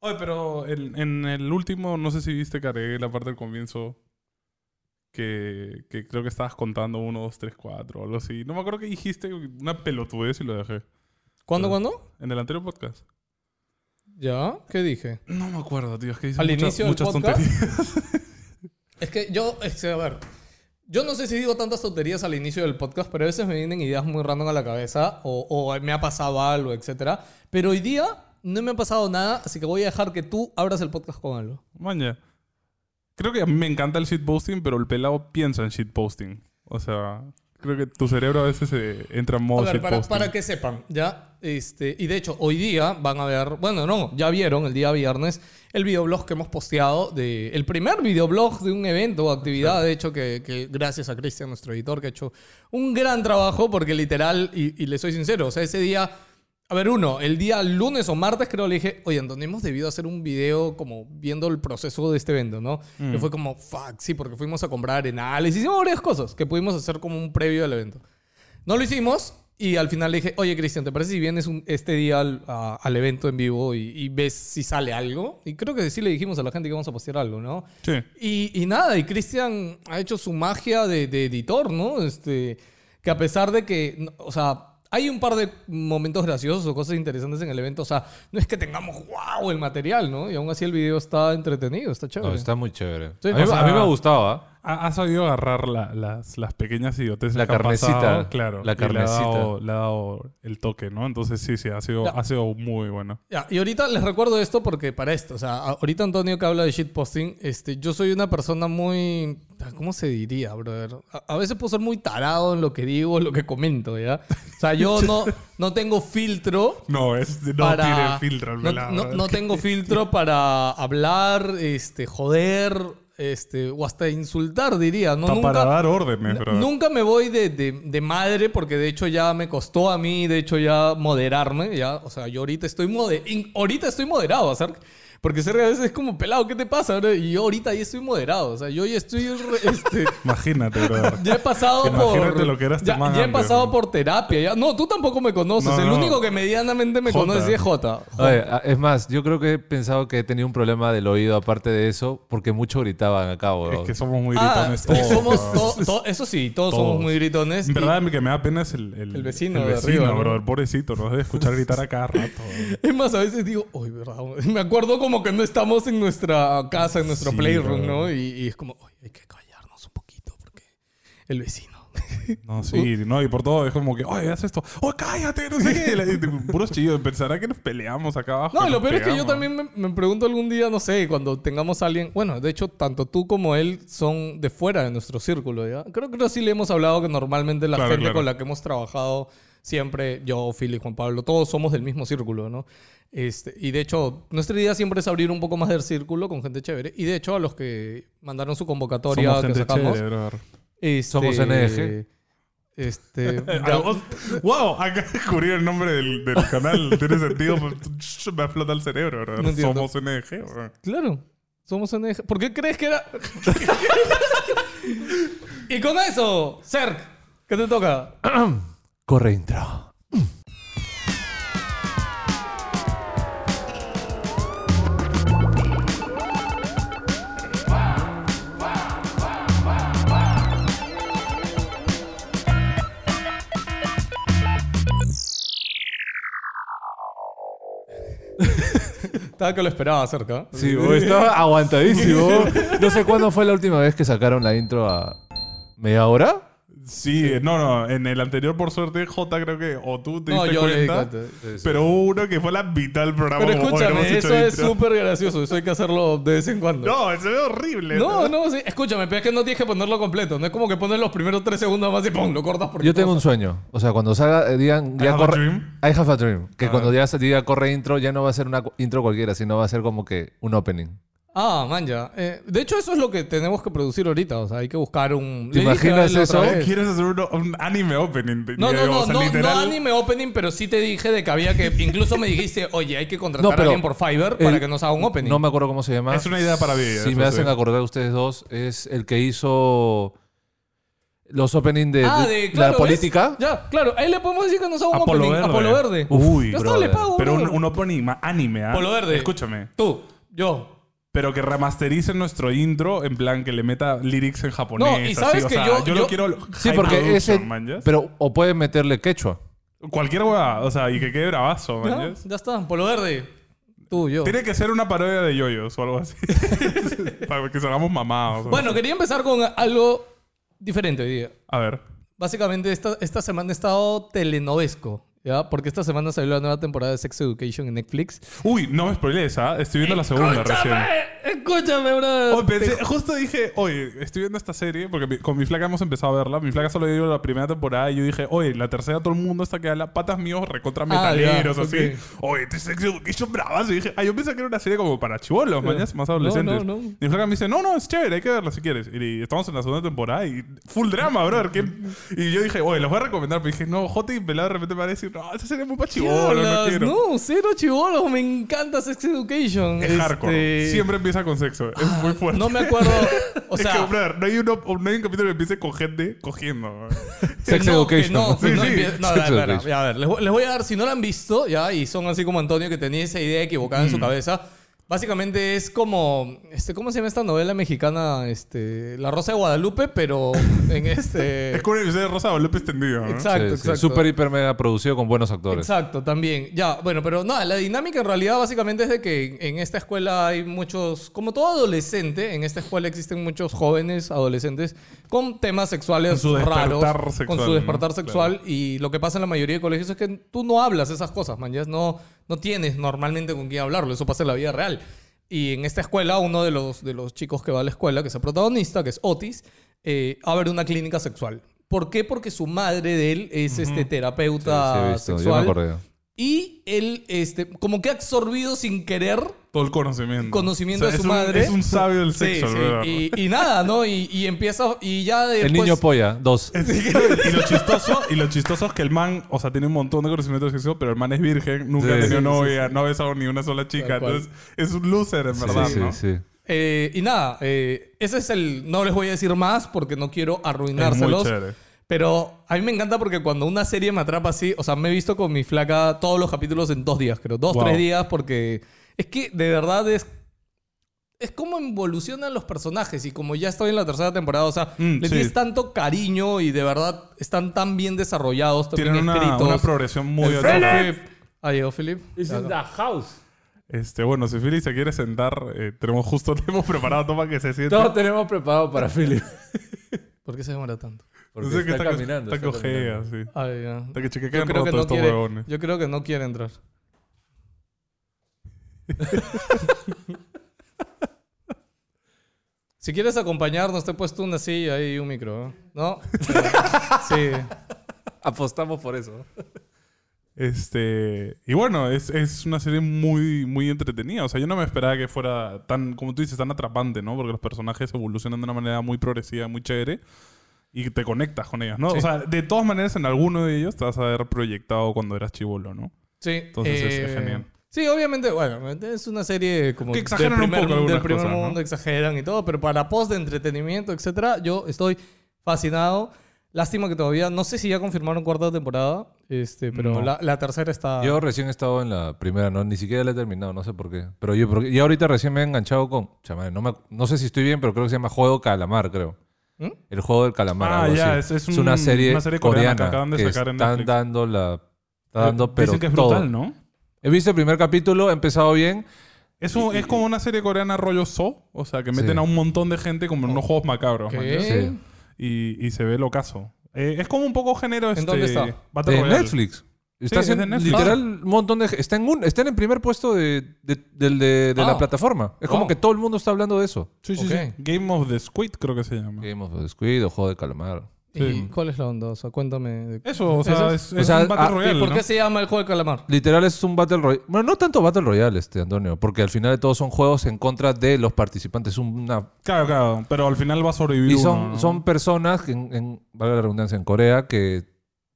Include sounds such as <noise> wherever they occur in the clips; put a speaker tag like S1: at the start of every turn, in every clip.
S1: Oye, pero en, en el último, no sé si viste, Care, la parte del comienzo que, que creo que estabas contando 1, 2, 3, 4 o algo así. No me acuerdo que dijiste una pelotudez y lo dejé.
S2: ¿Cuándo,
S1: Ah.
S2: cuándo?
S1: En el anterior podcast.
S2: ¿Ya? ¿Qué dije?
S1: No me acuerdo, tío. Es que hice
S2: ¿Al
S1: muchas,
S2: inicio del
S1: muchas <laughs>
S2: podcast?
S1: tonterías.
S2: Es que yo, es que, a ver, yo no sé si digo tantas tonterías al inicio del podcast, pero a veces me vienen ideas muy random a la cabeza o, o me ha pasado algo, etc. Pero hoy día no me ha pasado nada, así que voy a dejar que tú abras el podcast con algo.
S1: Maña. Creo que a mí me encanta el shitposting, pero el pelado piensa en shitposting. O sea, creo que tu cerebro a veces eh, entra en
S2: A
S1: modo
S2: ver, para,
S1: shitposting.
S2: para que sepan, ¿ya? Este, y de hecho, hoy día van a ver, bueno, no, ya vieron el día viernes el videoblog que hemos posteado, de, el primer videoblog de un evento o actividad, de hecho, que, que gracias a Cristian, nuestro editor, que ha hecho un gran trabajo, porque literal, y, y le soy sincero, o sea, ese día, a ver, uno, el día lunes o martes creo le dije, oye, Antonio, hemos debido hacer un video como viendo el proceso de este evento, ¿no? Que fue como, fuck, sí, porque fuimos a comprar arenales, hicimos varias cosas que pudimos hacer como un previo del evento. No lo hicimos y al final le dije, oye Cristian, ¿te parece si vienes un- este día al, a- al evento en vivo y, y ves si sale algo? Y creo que sí le dijimos a la gente que vamos a postear algo, ¿no?
S1: Sí.
S2: Y, y nada, y Cristian ha hecho su magia de, de editor, ¿no? Este, que a pesar de que, no, o sea, hay un par de momentos graciosos o cosas interesantes en el evento, o sea, no es que tengamos, wow, el material, ¿no? Y aún así el video está entretenido, está chévere.
S3: No, está muy chévere.
S2: Sí,
S3: a, mí,
S2: o
S3: a
S1: sea-
S3: mí me ha gustado, ¿ah?
S1: Ha, ha sabido agarrar la- las, las pequeñas idioteces
S3: La
S1: que han
S3: carnecita,
S1: pasado, claro.
S3: la
S1: y Le ha, dado,
S3: carnecita.
S1: le ha dado el toque, ¿no? Entonces sí, sí, ha sido,
S2: Ya.
S1: ha sido muy bueno.
S2: Ya, y ahorita les recuerdo esto porque para esto, o sea, a- ahorita Antonio que habla de shitposting, este, yo soy una persona muy, ah, ¿cómo se diría, brother? A, a veces puedo ser muy tarado en lo que digo, en lo que comento, ¿ya? O sea, yo no, no tengo filtro
S1: No, es, no tiene
S2: para...
S1: filtro el
S2: no,
S1: pelado.
S2: no- no tengo filtro para hablar, este, joder, este, o hasta insultar, diría. No,
S1: Pa-
S2: nunca,
S1: para dar órdenes,
S2: N-
S1: bro.
S2: Nunca me voy de, de- de madre porque de hecho ya me costó a mí, de hecho ya moderarme, ya, o sea, yo ahorita estoy mode- in- ahorita estoy moderado, o sea, porque ser a veces es como pelado, ¿qué te pasa? bro?" Y yo ahorita ya estoy moderado, o sea, yo ya estoy re- <laughs> este,
S1: Imagínate, bro.
S2: <laughs> ya he pasado
S1: Imagínate
S2: por
S1: lo que era este
S2: ya,
S1: man
S2: ya he
S1: antes,
S2: pasado
S1: ¿no?
S2: por terapia, ya. No, tú tampoco me conoces,
S1: No,
S2: el
S1: no.
S2: único que medianamente me
S1: Jota.
S2: conoce es Jota.
S3: Oye, a- es más, yo creo que he pensado que he tenido un problema del oído aparte de eso, porque mucho gritaban acá,
S1: es
S3: weón.
S1: que somos muy
S2: Ah,
S1: gritones todos.
S2: somos
S1: bro. <laughs>
S2: to- to- eso sí, todos, somos
S1: Todos.
S2: muy gritones.
S1: En
S2: y-
S1: verdad, que me da pena es el, el,
S2: El vecino
S1: el
S2: de
S1: vecino,
S2: arriba, ¿no?
S1: bro. El pobrecito, nos debe escuchar gritar a cada rato. bro.
S2: <laughs> Es más, a veces digo, uy, verdad. <laughs> Me acuerdo como que no estamos en nuestra casa, en nuestro
S1: Sí,
S2: playroom,
S1: verdad.
S2: ¿no? Y, y es como, uy, hay que callarnos un poquito porque el vecino. <laughs>
S1: No, sí,
S2: Uh.
S1: no, y por todo es como que, oye, haz esto, oye, cállate, no sé qué. La- y, tipo, puros chillos, pensará que nos peleamos acá abajo.
S2: No, y
S1: que
S2: lo
S1: nos
S2: peor es que yo
S1: pegamos.
S2: también me, me pregunto algún día, no sé, cuando tengamos a alguien. Bueno, de hecho, tanto tú como él son de fuera de nuestro círculo, ¿ya? Creo que sí le hemos hablado que normalmente la
S1: Claro,
S2: gente
S1: claro.
S2: con la que hemos trabajado siempre, yo, Phil y Juan Pablo, todos somos del mismo círculo, ¿no? Este, y de hecho, nuestra idea siempre es abrir un poco más del círculo con gente chévere. Y de hecho, a los que mandaron su convocatoria
S1: Somos
S2: que
S1: gente
S2: sacamos.
S1: chévere, brother.
S2: este,
S3: Somos NG.
S1: <laughs>
S2: Este.
S1: Ah,
S2: ya-
S1: vos- wow, <laughs> acá descubrí el nombre del, del canal. Tiene sentido. pues, <laughs> Me explota el cerebro, bro.
S2: No entiendo.
S1: Somos NG, bro.
S2: Claro, somos NG. ¿Por qué crees que era? <laughs> y con eso, Cerc, ¿qué te toca?
S3: <clears throat> Corre intro.
S2: Estaba que lo esperaba ¿eh? cerca.
S3: Sí, weón, estaba <laughs> aguantadísimo. No sé cuándo fue la última vez que sacaron la intro a media hora.
S1: Sí, no, no. En el anterior, por suerte, J creo que o tú te
S2: No,
S1: diste
S2: yo le di
S1: cuenta.
S2: cuenta.
S3: Sí, sí.
S1: Pero hubo uno que fue la mitad del programa.
S2: Pero
S1: como, "Oye, no hemos
S2: escúchame,
S1: hecho
S2: eso es
S1: intro".
S2: súper gracioso. Eso hay que hacerlo de vez en cuando.
S1: No, eso es horrible.
S2: no, no, sí. Escúchame, pero es que no tienes que ponerlo completo. No es como que pones los primeros tres segundos más y ¡pum! Lo cortas por
S3: Yo tengo un sueño. O sea, cuando salga, eh, digan.
S1: I
S3: Ya
S1: have a
S3: corre,
S1: dream.
S3: I have a dream. Ah. Que cuando ya se diga corre intro, ya no va a ser una cu- intro cualquiera, sino va a ser como que un opening.
S2: Ah, manja. Eh, de hecho, eso es lo que tenemos que producir ahorita. O sea, hay que buscar un.
S3: ¿Te
S2: Le dije a
S3: imaginas
S2: él la otra
S3: eso?
S2: vez.
S1: ¿Qué ¿Quieres hacer uno- un anime opening?
S2: No,
S1: Digo,
S2: no, no,
S1: o sea,
S2: no,
S1: literal,
S2: no anime opening, pero sí te dije de que había que. Incluso me dijiste, oye, hay que contratar
S3: No,
S2: a
S3: pero
S2: alguien por Fiverr para
S3: el-
S2: que nos haga un opening.
S3: No me acuerdo cómo se llama.
S1: Es una idea para vida.
S3: Si me hacen
S1: acordar.
S3: acordar ustedes dos, es el que hizo Los opening de,
S2: Ah,
S3: de
S2: de, claro, ¿ves?
S3: la política.
S2: Ya, claro. Ahí le podemos decir que nos haga un
S1: Apolo
S2: opening.
S1: Verde.
S2: Apolo Verde.
S3: Uy,
S2: Yo hasta le
S3: brother.
S2: pago,
S1: Pero un,
S2: brother.
S1: un opening ma- anime, ¿ah?
S2: Polo verde.
S1: Escúchame.
S2: Tú, yo.
S1: Pero que remasterice nuestro intro en plan que le meta lyrics en japonés.
S2: No, y
S1: así,
S2: sabes
S1: o
S2: que
S1: sea,
S2: yo-
S1: lo
S2: yo-
S1: quiero.
S3: Sí,
S1: high
S3: porque
S1: production,
S3: ese.
S1: manjas.
S3: Pero, o pueden meterle quechua.
S1: Cualquier hueá, o sea, y que quede bravazo,
S2: Ya,
S1: manjas.
S2: ya está. Polo Verde. Tú, yo.
S1: Tiene que ser una parodia de yoyos o algo
S2: <laughs>
S1: así. Para que salgamos mamados.
S2: Bueno, quería empezar con algo diferente hoy día.
S1: A ver.
S2: Básicamente, esta, esta semana he estado telenovesco, ¿ya? Porque esta semana salió la nueva temporada de Sex Education en Netflix.
S1: Uy, no me spoilees, ¿ah? Estoy viendo la segunda recién.
S2: recién. Escúchame, bro.
S1: Oye, Oh, pensé- justo dije, oye, estoy viendo esta serie porque mi- con mi flaca hemos empezado a verla. Mi flaca solo vio la primera temporada y yo dije, oye, la tercera todo el mundo está que habla patas míos recontra metaleros,
S2: Ah, ya,
S1: así.
S2: ok.
S1: Oye, te Sex Education bravas. Y dije, ah, yo pensé que era una serie como para chivolos, mañas más adolescentes.
S2: no, no.
S1: Y mi flaca me dice, no, no, es chévere, hay que verla si quieres. Y estamos en la segunda temporada y full drama, brother. ¿qué? Y yo dije, oye, los voy a recomendar. Pero dije, no, Jote y Pelado de repente me va a decir, no, esa serie es muy para chivolos, no
S2: Diablas,
S1: quiero.
S2: No, cero chivolos. Me encanta Sex Education.
S1: Es hardcore.
S2: Este, Ah,
S1: Siempre empieza con sexo. Es muy fuerte.
S2: No me acuerdo.
S1: <laughs>
S2: O
S1: es
S2: sea,
S1: que, brother, no hay, uno, no hay un capítulo que empiece con gente cogiendo. bro.
S2: Eh.
S3: Sex
S2: que no, que
S3: Education.
S2: No, que
S1: Sí,
S2: no
S1: sí.
S2: empie- no,
S3: Sex
S2: espera, espera,
S3: Education.
S2: ya, a ver, les voy, les voy a dar, si no la han visto, ya, y son así como Antonio que tenía esa idea equivocada
S1: Mm.
S2: en su cabeza. Básicamente es como, este, ¿cómo se llama esta novela mexicana? Este, La Rosa de Guadalupe, pero en
S1: <laughs>
S2: este...
S1: es como un episodio de Rosa Guadalupe extendido. ¿no?
S2: Exacto.
S3: Sí, sí.
S2: exacto.
S3: Super, hiper, mega producido con buenos actores.
S2: Exacto, también. Ya, bueno, pero nada, la dinámica en realidad básicamente es de que en esta escuela hay muchos, como todo adolescente, en esta escuela existen muchos jóvenes adolescentes con temas sexuales
S1: Con su despertar
S2: raros,
S1: sexual,
S2: con su
S1: ¿no?
S2: despertar sexual y lo que pasa en la mayoría de colegios es que tú no hablas esas cosas, man, ya no no tienes normalmente con quién hablarlo, eso pasa en la vida real. Y en esta escuela, uno de los, de los chicos que va a la escuela, que es el protagonista, que es Otis, eh, abre una clínica sexual. ¿Por qué? Porque su madre de él es este
S3: Sí, sí, he
S2: terapeuta
S4: Ah,
S3: visto. Yo me
S2: sexual.
S4: Eh,
S3: acordé.
S2: Y él, este, como que ha absorbido sin querer
S1: Todo el conocimiento.
S2: conocimiento
S1: O sea,
S2: de
S1: es
S2: su
S1: un-
S2: madre.
S1: es un sabio del
S2: Sí,
S1: sexo,
S2: sí.
S1: brother.
S2: Y, y nada, ¿no? Y, y empieza, y ya después...
S4: pues,
S3: El niño polla, dos.
S1: y, lo chistoso, y lo chistoso es que el man, o sea, tiene un montón de conocimiento de sexo, pero el man es virgen, nunca
S3: Sí.
S1: ha tenido
S3: Sí, sí,
S1: novia, no ha besado ni una sola chica.
S2: Tal cual.
S1: Entonces, es un loser, en verdad,
S3: sí,
S1: ¿no?
S3: sí, sí.
S2: Eh, y nada, eh, ese es el... No les voy a decir más porque no quiero
S1: Es muy
S2: arruinárselos.
S1: chévere.
S2: Pero a mí me encanta porque cuando una serie me atrapa así, o sea, me he visto con mi flaca todos los capítulos en dos días, creo. Dos,
S1: Wow.
S2: tres días, porque es que de verdad es. Es como evolucionan los personajes y como ya estoy en la tercera temporada, o sea,
S1: Mm,
S2: le
S1: sí.
S2: tienes tanto cariño y de verdad están tan bien desarrollados, tan
S1: Tienen
S2: bien
S1: una,
S2: escritos.
S1: una progresión muy
S2: El
S1: atrás.
S2: Philip. Ahí llegó Philip.
S4: This is the house.
S1: Este, bueno, si Philly se quiere sentar, eh, tenemos justo, <laughs> hemos preparado todo para que se siente.
S4: Todo tenemos preparado para Philip.
S2: ¿Por qué se demora tanto?
S4: Porque
S1: Entonces, que
S4: está,
S1: que-
S4: caminando.
S1: Está que
S4: está caminando.
S1: ojea, sí.
S2: Ay, ya.
S1: Hasta que
S2: Yo
S1: chequeen
S2: creo, que
S1: roto
S2: no
S1: estos
S2: quiere,
S1: huevones.
S2: yo creo que no
S1: <laughs>
S2: quiere entrar. si quieres acompañarnos, te he puesto una silla y un micro. ¿eh?
S1: <laughs>
S2: ¿No? sí.
S4: Apostamos por eso.
S1: Este. Y bueno, es, es una serie muy, muy entretenida. O sea, yo no me esperaba que fuera tan, como tú dices, tan atrapante, ¿no? Porque los personajes evolucionan de una manera muy progresiva, muy chévere. Y te conectas con ellos, ¿no?
S2: Sí.
S1: O sea, de todas maneras, en alguno de ellos te vas a ver proyectado cuando eras chivolo, ¿no?
S2: Sí. eh,
S1: Entonces, es genial.
S2: Sí, obviamente, bueno, es una serie como
S1: Que exageran un poco
S2: mu- del
S1: algunas
S2: primer
S1: cosas, ¿no?
S2: mundo, exageran y todo, pero para post de entretenimiento, etcétera, yo estoy fascinado. Lástima que todavía, no sé si ya confirmaron cuarta temporada, este, pero
S1: No.
S2: la, la tercera está...
S1: Ah.
S3: Yo recién he estado en la primera, no, ni siquiera la he terminado, no sé por qué. Pero yo, porque- y ahorita recién me he enganchado con. chamán, no, me- no sé si estoy bien, pero creo que se llama Juego Calamar, creo.
S2: ¿Mm?
S3: El juego del calamar.
S1: Ah,
S3: algo
S1: ya,
S3: así.
S1: es- es
S3: una
S1: un-
S3: serie,
S1: una serie coreana
S3: coreana,
S1: que acaban de
S3: que
S1: sacar en
S3: están
S1: Netflix. Eh,
S3: dando la. Está dando, pero
S1: Dicen que es
S3: todo.
S1: brutal, ¿no? Ah,
S3: He visto el primer capítulo, he empezado bien.
S1: Es, un- es como una serie coreana rollo So. O sea, que meten
S3: Sí.
S1: a un montón de gente como en unos juegos macabros.
S2: ¿Qué?
S1: man.
S3: Sí.
S1: Y, y se ve el ocaso. Eh, es como un poco género este,
S2: dónde está?
S1: Battle
S3: De
S1: Royale.
S3: Netflix.
S1: Sí,
S3: Está
S1: es de
S3: haciendo
S1: Netflix.
S3: literal un montón de. Está en, un, está en el primer puesto de, de- del- de- de
S2: Ah.
S3: la plataforma. Es como
S2: Wow.
S3: que todo el mundo está hablando de eso.
S1: Sí, sí,
S2: Ok. Eh,
S1: sí. Game of the Squid creo que se llama.
S3: Game of the Squid o Juego de Calamar.
S2: ¿Y cuál es la onda? O sea, cuéntame. de-
S1: Eso, o sea,
S2: Eso
S1: es,
S3: o
S1: es
S3: sea,
S1: un Battle
S3: ah, ¿y
S1: Royale,
S2: ¿Y por
S1: ¿no?
S2: qué se llama el juego de calamar?
S3: Literal es un Battle Royale. Bueno, no tanto Battle Royale, este, Antonio, porque al final de todo son juegos en contra de los participantes. Una...
S1: Claro, claro. Pero al final va a sobrevivir
S3: Y son,
S1: uno, ¿no? <laughs>
S3: son personas, que en, en- valga la redundancia, en Corea, que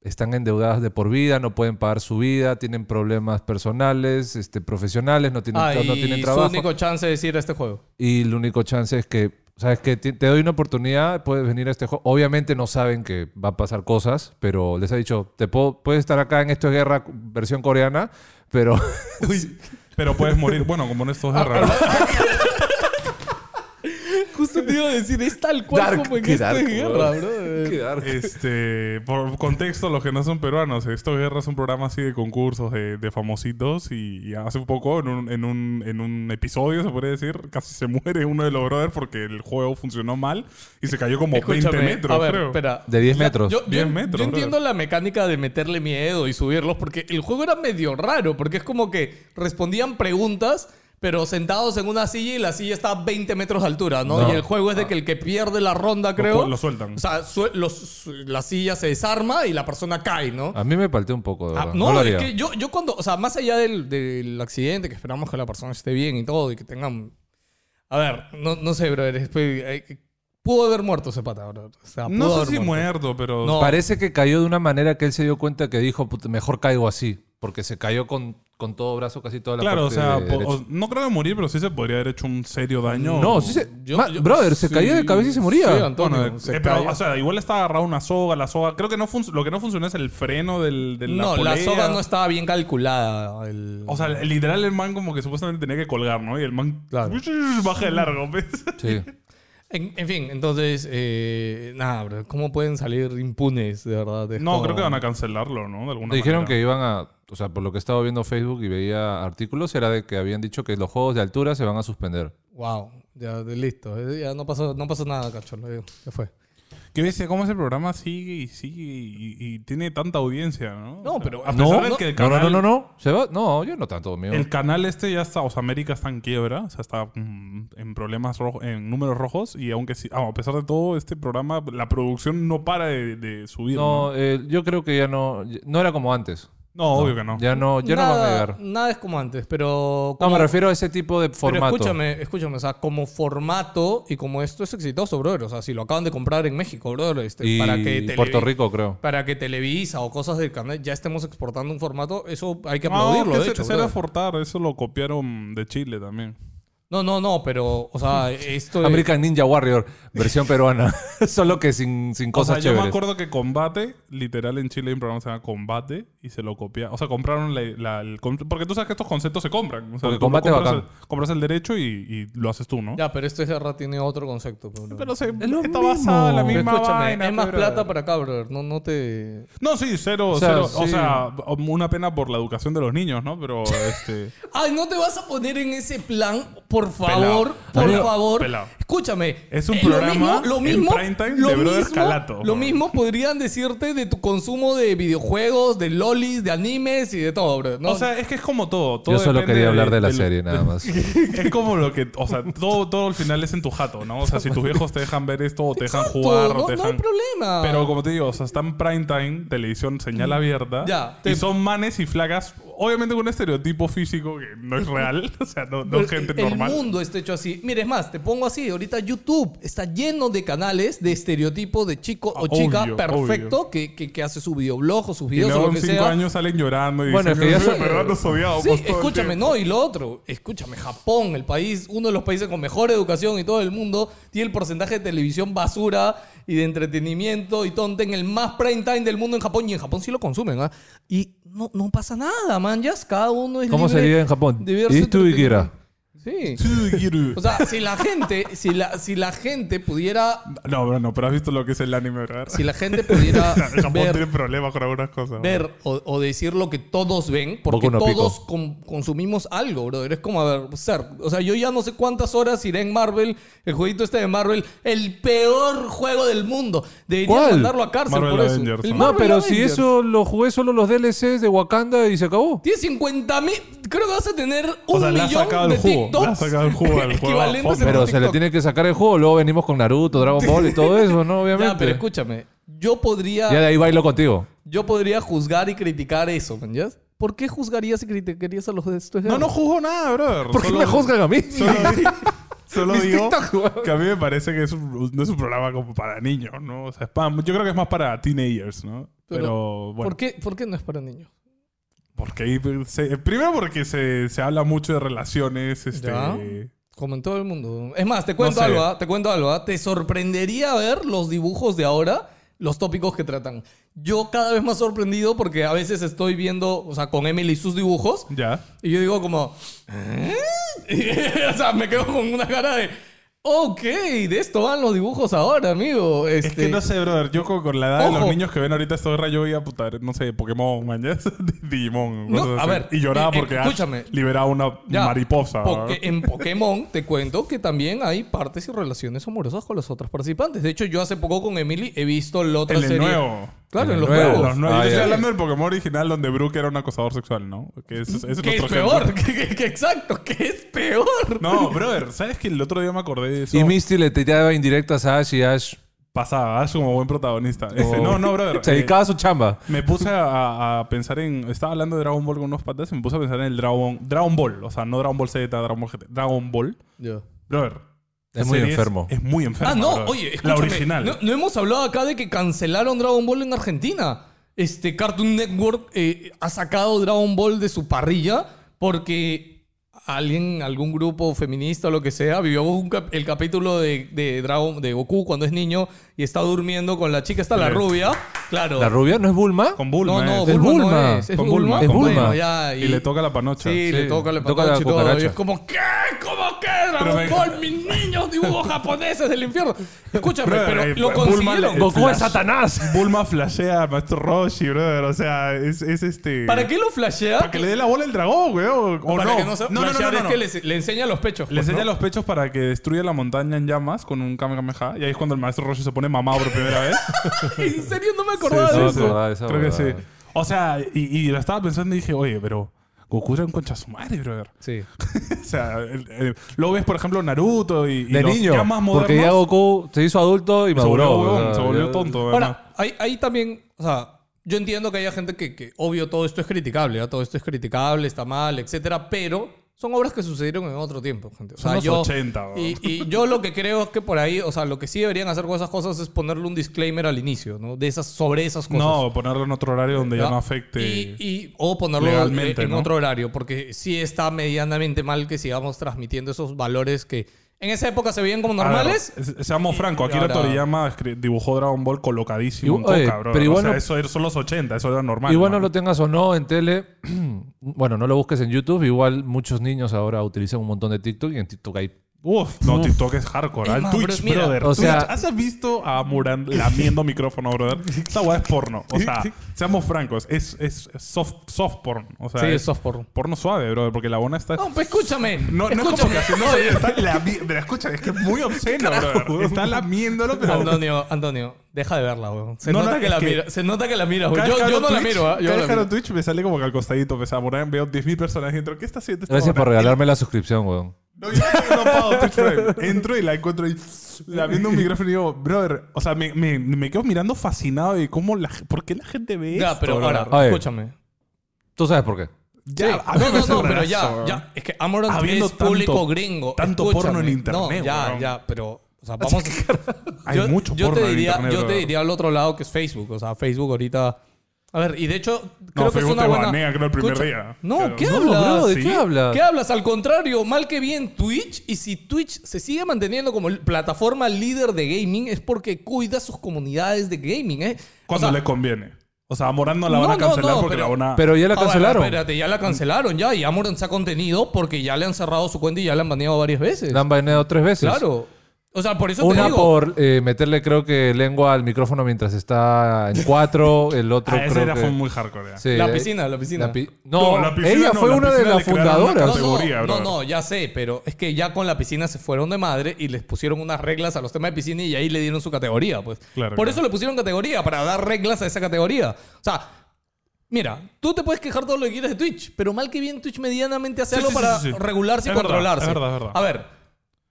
S3: están endeudadas de por vida, no pueden pagar su vida, tienen problemas personales, este, profesionales, no tienen,
S2: Ah,
S3: no
S2: y
S3: tienen
S2: su
S3: trabajo.
S2: único chance de ir a este juego.
S3: Y el único chance es que O sea, es que ti- te doy una oportunidad, puedes venir a este juego. Obviamente no saben que va a pasar cosas, pero les ha dicho, te puedo, puedes estar acá en esto de guerra versión coreana, pero
S1: Pero puedes morir. Bueno, como en
S2: Ah,
S1: estos guerras.
S2: <laughs> Justo te iba a decir, es tal cual
S4: Dark,
S2: como en
S4: qué
S2: esta
S4: dark,
S2: guerra,
S3: <laughs>
S2: bro.
S1: <laughs> Este, por contexto, los que no son peruanos, esto guerra es un programa así de concursos de, de famositos y, y hace un poco, en un, en, un, en un episodio, se podría decir, casi se muere uno de los brothers porque el juego funcionó mal y se cayó como 20 metros,
S2: a ver,
S1: creo.
S2: espera.
S3: de 10 metros.
S2: Yo, yo-
S1: 10
S2: yo
S1: metros,
S2: entiendo la mecánica de meterle miedo y subirlos porque el juego era medio raro, porque es como que respondían preguntas, pero sentados en una silla y la silla está a 20 metros de altura, ¿no?
S3: No.
S2: Y el juego es de que el que pierde la ronda, creo...
S1: cu- lo sueltan.
S2: O sea, sue- los- su- la silla se desarma y la persona cae, ¿no?
S3: a mí me palteó un poco, de
S2: Ah,
S3: verdad.
S2: no,
S3: no lo
S2: es
S3: haría.
S2: que yo, yo cuando, o sea, más allá del, del accidente, que esperamos que la persona esté bien y todo, y que tengan... A ver, no, no sé, brother, estoy- eh, pudo haber muerto ese pata, brother. O sea, pudo
S1: no
S2: haber
S1: sé si
S2: muerto.
S1: muerto, pero...
S2: No.
S3: Parece que cayó de una manera que él se dio cuenta que dijo, "Puta, mejor caigo así, porque se cayó con, con todo brazo, casi toda la
S1: Claro, o
S3: parte
S1: sea,
S3: de-
S1: po-
S3: derecha.
S1: o- no creo que morir, pero sí se podría haber hecho un serio daño.
S3: No, sí se,
S2: Yo-
S3: Ma-
S2: yo-
S3: brother, se
S2: sí,
S3: cayó de cabeza y se moría.
S2: sí, Antonio,
S1: Bueno, eh,
S2: se
S1: eh, pero,
S2: cayó.
S1: o sea, igual está agarrado una soga, la soga. Creo que no func- lo que no funcionó es el freno del, de la
S2: no, la
S1: polea.
S2: soga no estaba bien calculada. el-
S1: O sea, el- literal el man como que supuestamente tenía que colgar, ¿no? Y el man
S2: Claro.
S1: <laughs> baja de largo, ¿ves?
S3: Sí.
S2: en, en fin, entonces, eh, nada, bro, ¿cómo pueden salir impunes, de verdad?
S1: <laughs>
S2: Es
S1: No,
S2: como-
S1: creo que van a cancelarlo, ¿no? De alguna
S3: Dijeron
S1: manera.
S3: que iban a, o sea, por lo que estaba viendo Facebook y veía artículos, era de que habían dicho que los juegos de altura se van a suspender.
S2: Wow, ya de- listo. eh, Ya no pasó, no pasó nada, cachorro. Ya ya fue.
S1: Que ves cómo ese programa sigue y sigue y, y tiene tanta audiencia, ¿no?
S2: No, pero-
S1: A pesar
S3: No,
S1: de
S2: no,
S1: que el
S3: No,
S1: canal,
S3: no, no, no, no. ¿Se va? No, yo no tanto, mío.
S1: El canal este ya está, o sea, América está en quiebra, o sea, está mm, en problemas rojos, en números rojos, y aunque sí, ah, a pesar de todo, este programa, la producción no para de, de subir. No,
S3: No, eh, yo creo que ya no, no era como antes.
S1: No, obvio que no.
S3: Ya no, ya no van a
S2: Nada-
S3: llegar.
S2: Nada es como antes, pero.
S3: No,
S2: como-
S3: me refiero a ese tipo de
S2: pero
S3: formato.
S2: escúchame, escúchame, o sea, como formato y como esto es exitoso, brother. O sea, si lo acaban de comprar en México, brother, este,
S3: y
S2: para que televi-
S3: Puerto Rico, creo.
S2: Para que Televisa o cosas del canal ya estemos exportando un formato, eso hay que
S1: No,
S2: aplaudirlo,
S1: que
S2: de
S1: se-
S2: hecho,
S1: se era
S2: brother.
S1: Fortar, eso lo copiaron de Chile también.
S2: No, no, no, pero,
S1: <laughs>
S2: o sea, esto es...
S3: American Ninja Warrior, versión peruana. <laughs> Solo que sin, sin
S1: O
S3: cosas
S1: sea, yo me
S3: chéveres.
S1: acuerdo que Combate, literal en Chile hay un programa que se llama Combate y se lo copia. O sea, compraron la, la- el con- porque tú sabes que estos conceptos se compran. O sea,
S3: Porque
S1: tú lo
S3: Combate es
S1: compras,
S3: bacán.
S1: el, compras el derecho y, y lo haces tú, ¿no?
S2: Ya, pero esto ya tiene otro concepto. Pero,
S1: Pero se, está
S3: lo
S1: basada en la
S2: Pero
S3: mismo.
S1: misma
S2: escúchame,
S1: vaina,
S2: es más
S1: pero-
S2: plata para acá, brother. No, no te...
S1: No, sí, cero,
S3: O sea,
S1: cero. O
S3: sí.
S1: sea, una pena por la educación de los niños, ¿no? Pero este.
S2: Ay, no te vas a poner en ese plan, por favor,
S1: Pelao.
S2: por
S1: Pelao.
S2: favor.
S1: Pelao.
S2: Escúchame.
S1: Es un
S2: eh,
S1: programa en prime time de Brother
S2: mismo,
S1: Calato.
S2: Lo mismo podrían decirte de tu consumo de videojuegos, de lolis, de animes y de todo, brother. No,
S1: O sea, es que es como todo. todo
S3: Yo solo
S1: depende
S3: quería hablar de la
S1: del-
S3: serie, nada más.
S1: <laughs> Es como lo que, o sea, todo, todo al final es en tu jato, ¿no? O sea, si tus viejos te dejan ver esto o te dejan
S2: Exacto,
S1: jugar
S2: no,
S1: o te
S2: no
S1: dejan...
S2: hay problema.
S1: Pero como te digo, o sea, está en prime time, televisión, señal abierta.
S2: Ya,
S1: Y
S2: te-
S1: son manes y flacas, obviamente con un estereotipo físico que no es real. <laughs> o sea, no, no es gente
S2: el
S1: normal.
S2: mundo está hecho así. Mire, es más, te pongo así. Ahorita YouTube está lleno de canales de estereotipo de chico
S1: Ah,
S2: o chica
S1: obvio,
S2: perfecto que, que, que hace su videoblog o sus
S1: Y
S2: videos o
S1: luego
S2: lo
S1: en
S2: que
S1: cinco
S2: sea.
S1: años salen llorando y
S3: Bueno,
S1: dicen,
S3: es que ya
S1: "Yo,
S3: son-
S1: verdad nos odiábamos
S2: Sí,
S1: todo el
S2: escúchame,
S1: tiempo".
S2: no, y lo otro, escúchame, Japón, el país, uno de los países con mejor educación y todo el mundo, tiene el porcentaje de televisión basura y de entretenimiento y tonta en el más prime time del mundo en Japón, y en Japón sí lo consumen, ¿ah? Y no, no pasa nada, man, ya es- cada uno es
S3: ¿Cómo
S2: libre
S3: se vive en Japón?
S2: de ver su
S3: ¿Y tú, Ikira?
S2: entretenimiento. Sí.
S1: Tsugiru.
S2: O sea, si la gente, si la, si la gente pudiera,
S1: No, bro, no, pero has visto lo que es el anime, ¿verdad? <laughs>
S2: si la gente pudiera
S1: Japón tiene
S2: ver,
S1: problemas con algunas cosas. ¿no?
S2: ver o, o decir lo que todos ven, porque
S3: Boku no Pico.
S2: todos con- consumimos algo, bro. Es como, a ver, ser, o sea, yo ya no sé cuántas horas iré en Marvel, el jueguito este de Marvel, el peor juego del mundo. Deberían
S3: ¿Cuál?
S2: mandarlo a cárcel
S1: Marvel
S2: por eso.
S1: Avengers,
S2: El
S1: ¿no?
S3: No,
S2: Marvel
S3: pero si
S2: Avengers.
S3: eso lo jugué solo los DLCs de Wakanda y se acabó.
S2: Tiene 50 mil. Creo que vas a tener un
S1: O sea, le has
S2: millón
S1: sacado el
S2: de
S1: jugo,
S2: TikToks.
S1: le has sacado el jugo al juego a
S2: equivalentes
S1: fondo.
S2: en
S3: Pero
S2: TikTok.
S3: se le tiene que sacar el juego, luego venimos con Naruto, Dragon Ball y todo eso, ¿no? Obviamente.
S2: Ya, pero escúchame. Yo podría.
S3: Ya de ahí bailo contigo.
S2: Yo podría juzgar y criticar eso, ¿me entiendes? ¿Por qué juzgarías y criticarías a los de estos?
S1: No, no juzgo nada, brother.
S3: ¿Por qué
S1: Solo-
S3: me juzgan a mí?
S1: Solo, di- solo
S3: Mis
S1: digo
S3: TikTok, weón.
S1: que a mí me parece que es un- no es un programa como para niños, ¿no? O sea, es pa- yo creo que es más para teenagers, ¿no? Pero,
S2: Pero,
S1: bueno.
S2: ¿Por, qué, ¿Por qué no es para niños?
S1: Porque ahí se- primero porque se, se habla mucho de relaciones este,
S2: Ya. Como en todo el mundo. Es más, te cuento
S1: sé.
S2: algo, ¿ah? te cuento algo. ¿ah? Te sorprendería ver los dibujos de ahora, los tópicos que tratan. Yo cada vez más sorprendido porque a veces estoy viendo, o sea, con Emily sus dibujos
S1: Ya.
S2: y yo digo como... "¿Eh?". <laughs> o sea, me quedo con una cara de... Ok, de esto van los dibujos ahora, amigo. Este,
S1: Es que no sé, brother. Yo con, con la edad de
S2: Ojo.
S1: los niños que ven ahorita esta guerra, yo iba a putar, no sé, Pokémon, mañana, <laughs> Digimon.
S2: No,
S1: cosas
S2: a
S1: así.
S2: ver,
S1: Y lloraba
S2: eh, eh,
S1: porque Ash
S2: escúchame.
S1: liberaba una
S2: Ya,
S1: mariposa.
S2: Porque
S1: ¿verdad?
S2: en Pokémon te cuento que también hay partes y relaciones amorosas con los otros participantes. De hecho, yo hace poco con Emily he visto la otra
S1: En el
S2: serie.
S1: nuevo.
S2: Claro, en,
S3: En el
S2: los
S3: nuevo.
S2: nuevos.
S1: Los nueve-
S3: Ah,
S1: yo estoy
S3: ya.
S1: hablando del Pokémon original donde Brook era un acosador sexual, ¿no? Que es, es el
S2: Que es
S1: otro
S2: peor,
S1: ejemplo.
S2: <laughs> que, que- que exacto, que es peor.
S1: No, brother, ¿sabes que el otro día me acordé de eso?
S3: Y Misty le tiraba indirectas a Ash y Ash
S1: Pasaba, Ash como buen protagonista. Este,
S3: Oh.
S1: no, no, brother.
S3: se
S1: eh,
S3: dedicaba a su chamba.
S1: Me puse a, a pensar en. Estaba hablando de Dragon Ball con unos patas y me puse a pensar en el Dragon, Dragon Ball. O sea, no Dragon Ball Z, Dragon Ball GT, Dragon Ball. Brother.
S3: Es
S1: esa
S3: muy
S1: serie
S3: enfermo.
S1: Es, muy enfermo.
S2: Ah, no,
S1: brother.
S2: oye,
S1: La
S2: escúchame,
S1: original.
S2: No, no hemos hablado acá de que cancelaron Dragon Ball en Argentina. Este Cartoon Network eh, ha sacado Dragon Ball de su parrilla porque alguien, algún grupo feminista o lo que sea, vio un cap- el capítulo de, de, Dragon, de Goku cuando es niño y está durmiendo con la chica, está la
S1: Sí.
S2: rubia. Claro.
S3: ¿La rubia no es Bulma?
S1: Con Bulma. eh.
S2: no, no,
S1: es.
S3: Es
S2: Bulma,
S3: Bulma.
S2: no es. Es
S1: Con
S2: Bulma.
S1: Bulma,
S3: con
S2: Bueno,
S3: Bulma.
S2: ya,
S1: Y le toca la panocha.
S2: Sí, le
S3: Sí,
S2: toca la
S3: le toca la
S2: panocha y todo. Y
S3: cucaracha.
S2: es como, ¿qué? ¿Cómo qué?
S1: Pero
S2: Dragon
S1: me-
S2: Ball, mis niños, dibujos japoneses del infierno.
S1: <laughs>
S2: Escúchame,
S1: Brother,
S2: pero
S1: eh,
S2: lo
S1: Bulma
S2: consiguieron.
S1: le-
S2: Goku.
S1: Flash.
S3: Satanás.
S1: Bulma flashea a Maestro Roshi, brother. O sea, es, es este.
S2: ¿Para qué lo flashea?
S1: Para que le dé la bola el dragón, weón. O
S2: Para
S1: no.
S2: que no se
S1: no, no, no,
S2: flashear
S1: no,
S2: es
S1: no.
S2: que le, le enseña los pechos.
S1: Le
S2: pues,
S1: enseña
S2: ¿no?
S1: los pechos para que destruya la montaña en llamas con un Kamehameha. Y ahí es cuando el maestro Roshi se pone mamado por primera
S2: <laughs>
S1: vez.
S2: <laughs> En serio, no me acordaba
S3: Sí,
S2: de
S3: sí,
S2: eso.
S3: sí. verdad, esa
S1: Creo que sí.
S3: verdad.
S1: O sea, y, y lo estaba pensando y dije, oye, pero Goku era un concha su madre, brother.
S2: Sí.
S1: o sea, el- el- lo ves, por ejemplo, Naruto y, y
S3: De
S1: los
S3: niño.
S1: ya más modernos.
S3: Porque ya Goku se hizo adulto y
S1: se volvió,
S3: maduró.
S1: huevón,
S3: o sea,
S1: se volvió
S3: ya-
S1: tonto. además.
S2: Ahora, ahí, ahí también, o sea, yo entiendo que haya gente que, que, obvio, todo esto es criticable, ¿ah? todo esto es criticable, está mal, etcétera, pero son obras que sucedieron en otro tiempo, gente. O sea,
S1: Son los
S2: yo,
S1: 80, weón.
S2: y, y yo lo que creo es que por ahí, o sea, lo que sí deberían hacer con esas cosas es ponerle un disclaimer al inicio, ¿no? De esas, sobre esas cosas.
S1: No, ponerlo en otro horario donde ya
S2: ¿Ya?
S1: no afecte.
S2: Y, y- o ponerlo
S1: legalmente,
S2: eh, en
S1: ¿no?
S2: otro horario, porque sí está medianamente mal que sigamos transmitiendo esos valores que en esa época se veían como
S1: A ver,
S2: normales.
S1: se- Ah, seamos francos, Akira
S2: ahora-
S1: Toriyama escri- dibujó Dragon Ball colocadísimo
S3: Y-
S1: en
S3: oye,
S1: coca, brother.
S3: pero igual
S1: o sea,
S3: no-
S1: eso era- son los 80, eso era normal.
S3: igual no
S1: mano.
S3: lo tengas o no en tele, <clears throat> bueno, no lo busques en YouTube, igual muchos niños ahora utilizan un montón de TikTok y en TikTok hay...
S1: Uf, no, TikTok es hardcore.
S2: Es
S1: al
S2: más,
S1: Twitch,
S2: bro, mira,
S1: brother.
S3: o sea-
S1: Twitch, ¿has visto a Muran lamiendo micrófono, brother? Esa weá es porno. O
S3: <laughs>
S1: sea, seamos francos, es, es soft, soft porn. O sea,
S2: sí,
S1: es
S2: eso es por...
S1: porno suave, brother, porque la buena está...
S2: No, pues escúchame.
S1: No, no es como
S2: escúchame.
S1: que así, no, oye, está lami- Pero escucha, es que es muy obsceno, brother. Está lamiéndolo, pero...
S2: Antonio, Antonio, deja de verla, weón. Se,
S1: No,
S2: nota,
S1: no,
S2: que
S1: es
S2: la
S1: que-
S2: mira- se nota que la miras, weón.
S1: Cada
S2: Yo,
S1: vez que
S2: yo
S1: abro
S2: no la
S1: Twitch-
S2: miro,
S1: cada
S2: ¿ah? Yo no
S1: vez
S2: la
S1: que abro
S2: miro.
S1: Twitch me sale como que al costadito, pesa. Muran veo 10.000 personas y entro, ¿qué está haciendo esta
S3: Gracias por
S1: hora?
S3: regalarme la suscripción, weón.
S1: No, yo no pago Twitch Prime.
S2: <laughs>
S1: Entro y la encuentro y la viendo un micrófono y digo, brother, o sea, me, me, me quedo mirando fascinado de cómo la ge- ¿por qué la gente ve
S2: Ya,
S1: esto,
S2: pero
S1: brother?
S2: ahora,
S3: A ver.
S2: escúchame.
S3: Tú sabes por qué.
S1: Ya,
S2: Sí.
S1: a mí
S2: No,
S1: me
S2: no, no,
S1: sobra
S2: pero
S1: eso,
S2: ya, ya. Es que Amorant
S1: Habiendo
S2: es público
S1: tanto-
S2: gringo.
S1: tanto
S2: Escúchame.
S1: porno en internet,
S2: No, ya,
S1: weón.
S2: ya, pero... O sea, vamos...
S1: <laughs> Hay mucho
S2: yo
S1: porno
S2: te
S1: en
S2: diría,
S1: internet,
S2: Yo te
S1: brother.
S2: diría al otro lado que es Facebook. O sea, Facebook ahorita... A ver, y de hecho, creo que
S1: Facebook
S2: es una
S1: te
S2: buena...
S1: banea, creo, el primer día.
S2: No,
S1: Claro.
S2: ¿qué
S3: No,
S2: hablas?
S3: bro, ¿de qué hablas?
S2: ¿Qué hablas? Al contrario, mal que bien Twitch. Y si Twitch se sigue manteniendo como l- plataforma líder de gaming es porque cuida sus comunidades de gaming, ¿eh?
S1: Cuando
S2: O sea,
S1: le conviene. O sea, a Morán no la
S2: No,
S1: van a
S2: no,
S1: cancelar
S2: no,
S1: porque
S2: pero-
S1: la van a.
S3: Pero ya la
S2: Ah, bueno,
S3: cancelaron.
S2: espérate, ya la cancelaron ya. Y Amorant se ha contenido porque ya le han cerrado su cuenta y ya la han baneado varias veces.
S3: La han baneado tres veces.
S2: Claro. O sea, por eso te
S3: Una
S2: digo...
S3: por eh, meterle, creo que, lengua al micrófono mientras está en
S1: <laughs>
S3: cuatro. El otro
S1: Ah, esa
S3: creo
S1: era
S3: que...
S1: fue muy hardcore. ya.
S3: Sí,
S2: La
S3: eh,
S2: piscina, la piscina.
S3: pi- No,
S1: No, la piscina
S3: ella
S1: no,
S3: fue
S1: la
S3: una de
S1: piscina
S3: las
S1: le crearon una
S3: fundadoras.
S1: canción. categoría,
S2: no,
S1: brother.
S2: no, ya sé, pero es que ya con la piscina se fueron de madre y les pusieron unas reglas a los temas de piscina y ahí le dieron su categoría, pues.
S1: Claro,
S2: Por
S1: claro.
S2: eso le pusieron categoría, para dar reglas a esa categoría. O sea, mira, tú te puedes quejar todo lo que quieras de Twitch, pero mal que bien Twitch medianamente hace
S1: Sí,
S2: algo
S1: sí,
S2: para
S1: sí, sí, sí.
S2: regularse y
S1: Es verdad,
S2: controlarse.
S1: es verdad, es verdad.
S2: A ver,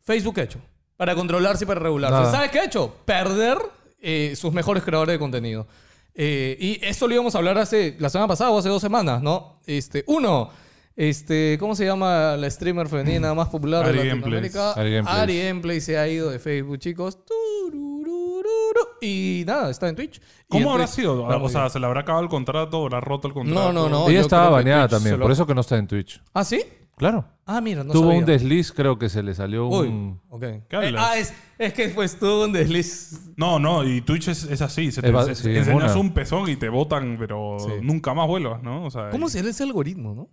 S2: Facebook ¿qué ha hecho para controlarse y para regularse.
S3: Nada.
S2: ¿Sabes qué ha hecho? Perder eh, sus mejores creadores de contenido. Eh, y esto lo íbamos a hablar hace la semana pasada o hace dos semanas, ¿no? Este, uno, este, ¿cómo se llama la streamer femenina más popular de
S1: Mm. Ari
S2: Latinoamérica?
S3: Gameplays. Ari Gameplays.
S2: Ari Gameplays se ha ido de Facebook, chicos. Tururururu. Y nada, está en Twitch. Y en
S1: ¿Cómo habrá
S2: Twitch-
S1: sido? O sea, ¿se le habrá acabado el contrato? ¿Habrá roto el contrato?
S2: no, no.
S3: ella
S2: yo
S3: estaba
S2: creo que
S3: baneada
S2: Twitch
S3: también,
S2: se lo-
S3: por eso que no está en Twitch.
S2: ¿Ah, sí?
S3: Claro.
S2: Ah, mira, no
S3: Tuvo
S2: sabía.
S3: un desliz, creo que se le salió
S2: Uy,
S3: un...
S2: ok.
S1: Mm. ¿Qué hablas?
S2: Eh, ah, es, es que pues tuvo un desliz.
S1: No, no, y Twitch es, es así. Se te,
S3: Eva-
S1: se-
S3: sí,
S1: te
S3: en
S1: enseñas
S3: una.
S1: un pezón y te botan, pero
S2: Sí.
S1: nunca más vuelvas, ¿no? O sea,
S2: ¿Cómo
S1: y-
S2: se lee ese algoritmo, no?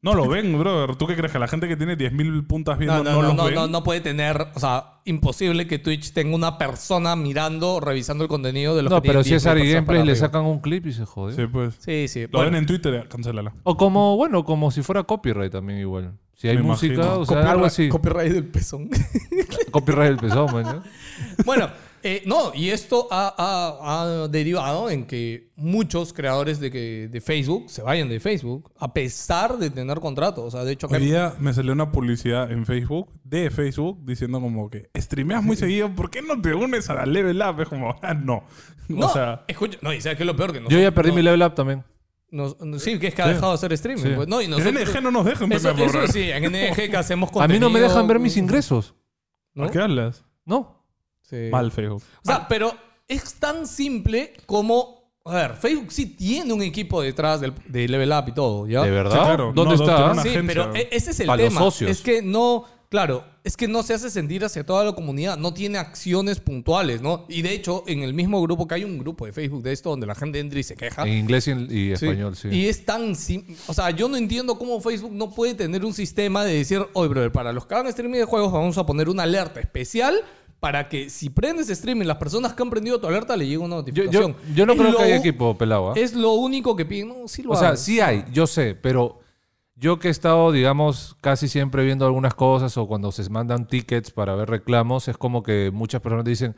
S1: No lo ven, brother. ¿Tú qué crees? ¿Que la gente que tiene 10.000 puntas viendo
S2: No,
S1: no,
S2: no, no,
S1: los
S2: no,
S1: ven?
S2: no, no puede tener, o sea, imposible que Twitch tenga una persona mirando, revisando el contenido de los
S3: No,
S2: que tienen
S3: pero si es
S2: 10.000
S3: Ari
S2: personas para
S3: Gameplay, le
S2: arriba.
S3: sacan un clip y se jode.
S1: Sí, pues.
S2: Sí, sí.
S1: Lo
S2: bueno.
S1: ven en Twitter, cancélala.
S3: O como, bueno, como si fuera copyright también igual. Si hay
S1: Me
S3: música,
S1: imagino.
S3: o sea, algo así.
S2: Copyright del pezón.
S3: <laughs> Copyright del pesado, man. ¿no?
S2: <laughs> bueno, eh, no, y esto ha, ha- ha derivado en que muchos creadores de, que, de Facebook se vayan de Facebook, a pesar de tener contratos. O sea, de hecho,
S1: Hoy
S2: acá-
S1: día me salió una publicidad en Facebook, de Facebook, diciendo como que streameas muy seguido, ¿por qué no te unes a la Level Up? Es como, <laughs> ah, no.
S2: no,
S1: O sea,
S2: escucha, no, y sabes que lo peor que no.
S3: Yo ya perdí mi level up también.
S2: sí, que es que ha dejado de hacer streaming.
S3: Sí.
S2: pues. No, y
S1: en
S2: nosotros,
S1: NG no nos dejan
S2: Eso,
S1: ver,
S2: eso
S1: brother.
S2: sí, en NG que hacemos
S3: A mí
S2: contenido.
S3: no me dejan ver mis ingresos.
S2: ¿no?
S1: ¿Por qué hablas?
S3: No.
S2: Sí.
S1: Mal, Facebook.
S2: O sea, pero es tan simple como. A ver, Facebook sí tiene un equipo detrás del, de Level Up y todo, ¿ya?
S3: ¿De verdad?
S1: Sí, claro. No,
S3: ¿Dónde
S1: no,
S3: está?
S1: tengo una-
S2: Sí,
S1: agencia.
S2: pero e- ese es el
S3: Pa' los
S2: tema.
S3: socios.
S2: Es que no, claro, es que no se hace sentir hacia toda la comunidad, no tiene acciones puntuales, ¿no? Y de hecho, en el mismo grupo que hay un grupo de Facebook de esto donde la gente entra y se queja.
S3: En inglés y, en- y
S2: Sí.
S3: español, sí.
S2: Y es tan sim- O sea, yo no entiendo cómo Facebook no puede tener un sistema de decir, oye, brother, para los que hagan streaming de juegos vamos a poner una alerta especial para que si prendes streaming, las personas que han prendido tu alerta le llegue una
S3: yo, yo-
S2: notificación.
S3: yo no
S2: Es
S3: creo
S2: lo-
S3: que haya equipo pelado. ¿ah?
S2: Es lo único que piden. No, sí lo
S3: O sea,
S2: hago.
S3: sí hay, yo sé, pero yo que he estado, digamos, casi siempre viendo algunas cosas o cuando se mandan tickets para ver reclamos, es como que muchas personas te dicen,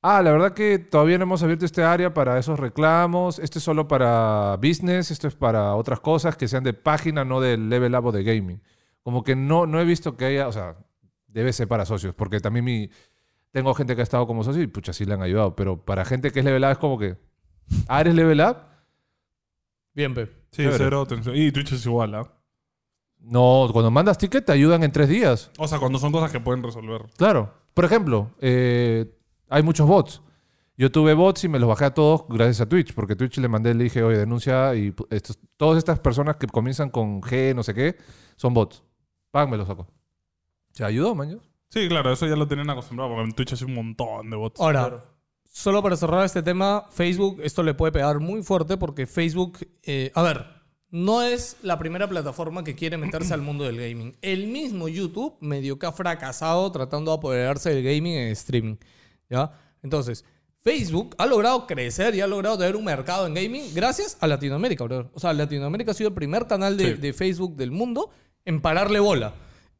S3: ah, la verdad que todavía no hemos abierto este área para esos reclamos, esto es solo para business, esto es para otras cosas que sean de página, no del level up o de gaming. Como que no, no he visto que haya, o sea, debe ser para socios, porque también mi, tengo gente que ha estado como socio y pucha, sí le han ayudado, pero para gente que es level up es como que, ah, eres level up.
S2: Bien, pe.
S1: Sí,
S3: Chévere.
S1: cero atención. Y Twitch es igual, ¿ah?
S3: No, cuando mandas ticket te ayudan en tres días.
S1: O sea, cuando son cosas que pueden resolver.
S3: Claro. Por ejemplo, eh, hay muchos bots. Yo tuve bots y me los bajé a todos gracias a Twitch, porque Twitch le mandé, le dije, oye, denuncia y pu- estos- todas estas personas que comienzan con G, no sé qué, son bots. Pam, me los sacó. ¿Se ayudó, maño?
S1: Sí, claro, eso ya lo tienen acostumbrado, porque en Twitch hace un montón de bots.
S2: Ahora,
S1: Claro.
S2: solo para cerrar este tema, Facebook, esto le puede pegar muy fuerte porque Facebook, eh, a ver, no es la primera plataforma que quiere meterse al mundo del gaming. El mismo YouTube medio que ha fracasado tratando de apoderarse del gaming en streaming. ¿Ya? Entonces, Facebook ha logrado crecer y ha logrado tener un mercado en gaming gracias a Latinoamérica, brother. O sea, Latinoamérica ha sido el primer canal de,
S1: Sí.
S2: de Facebook del mundo en pararle bola.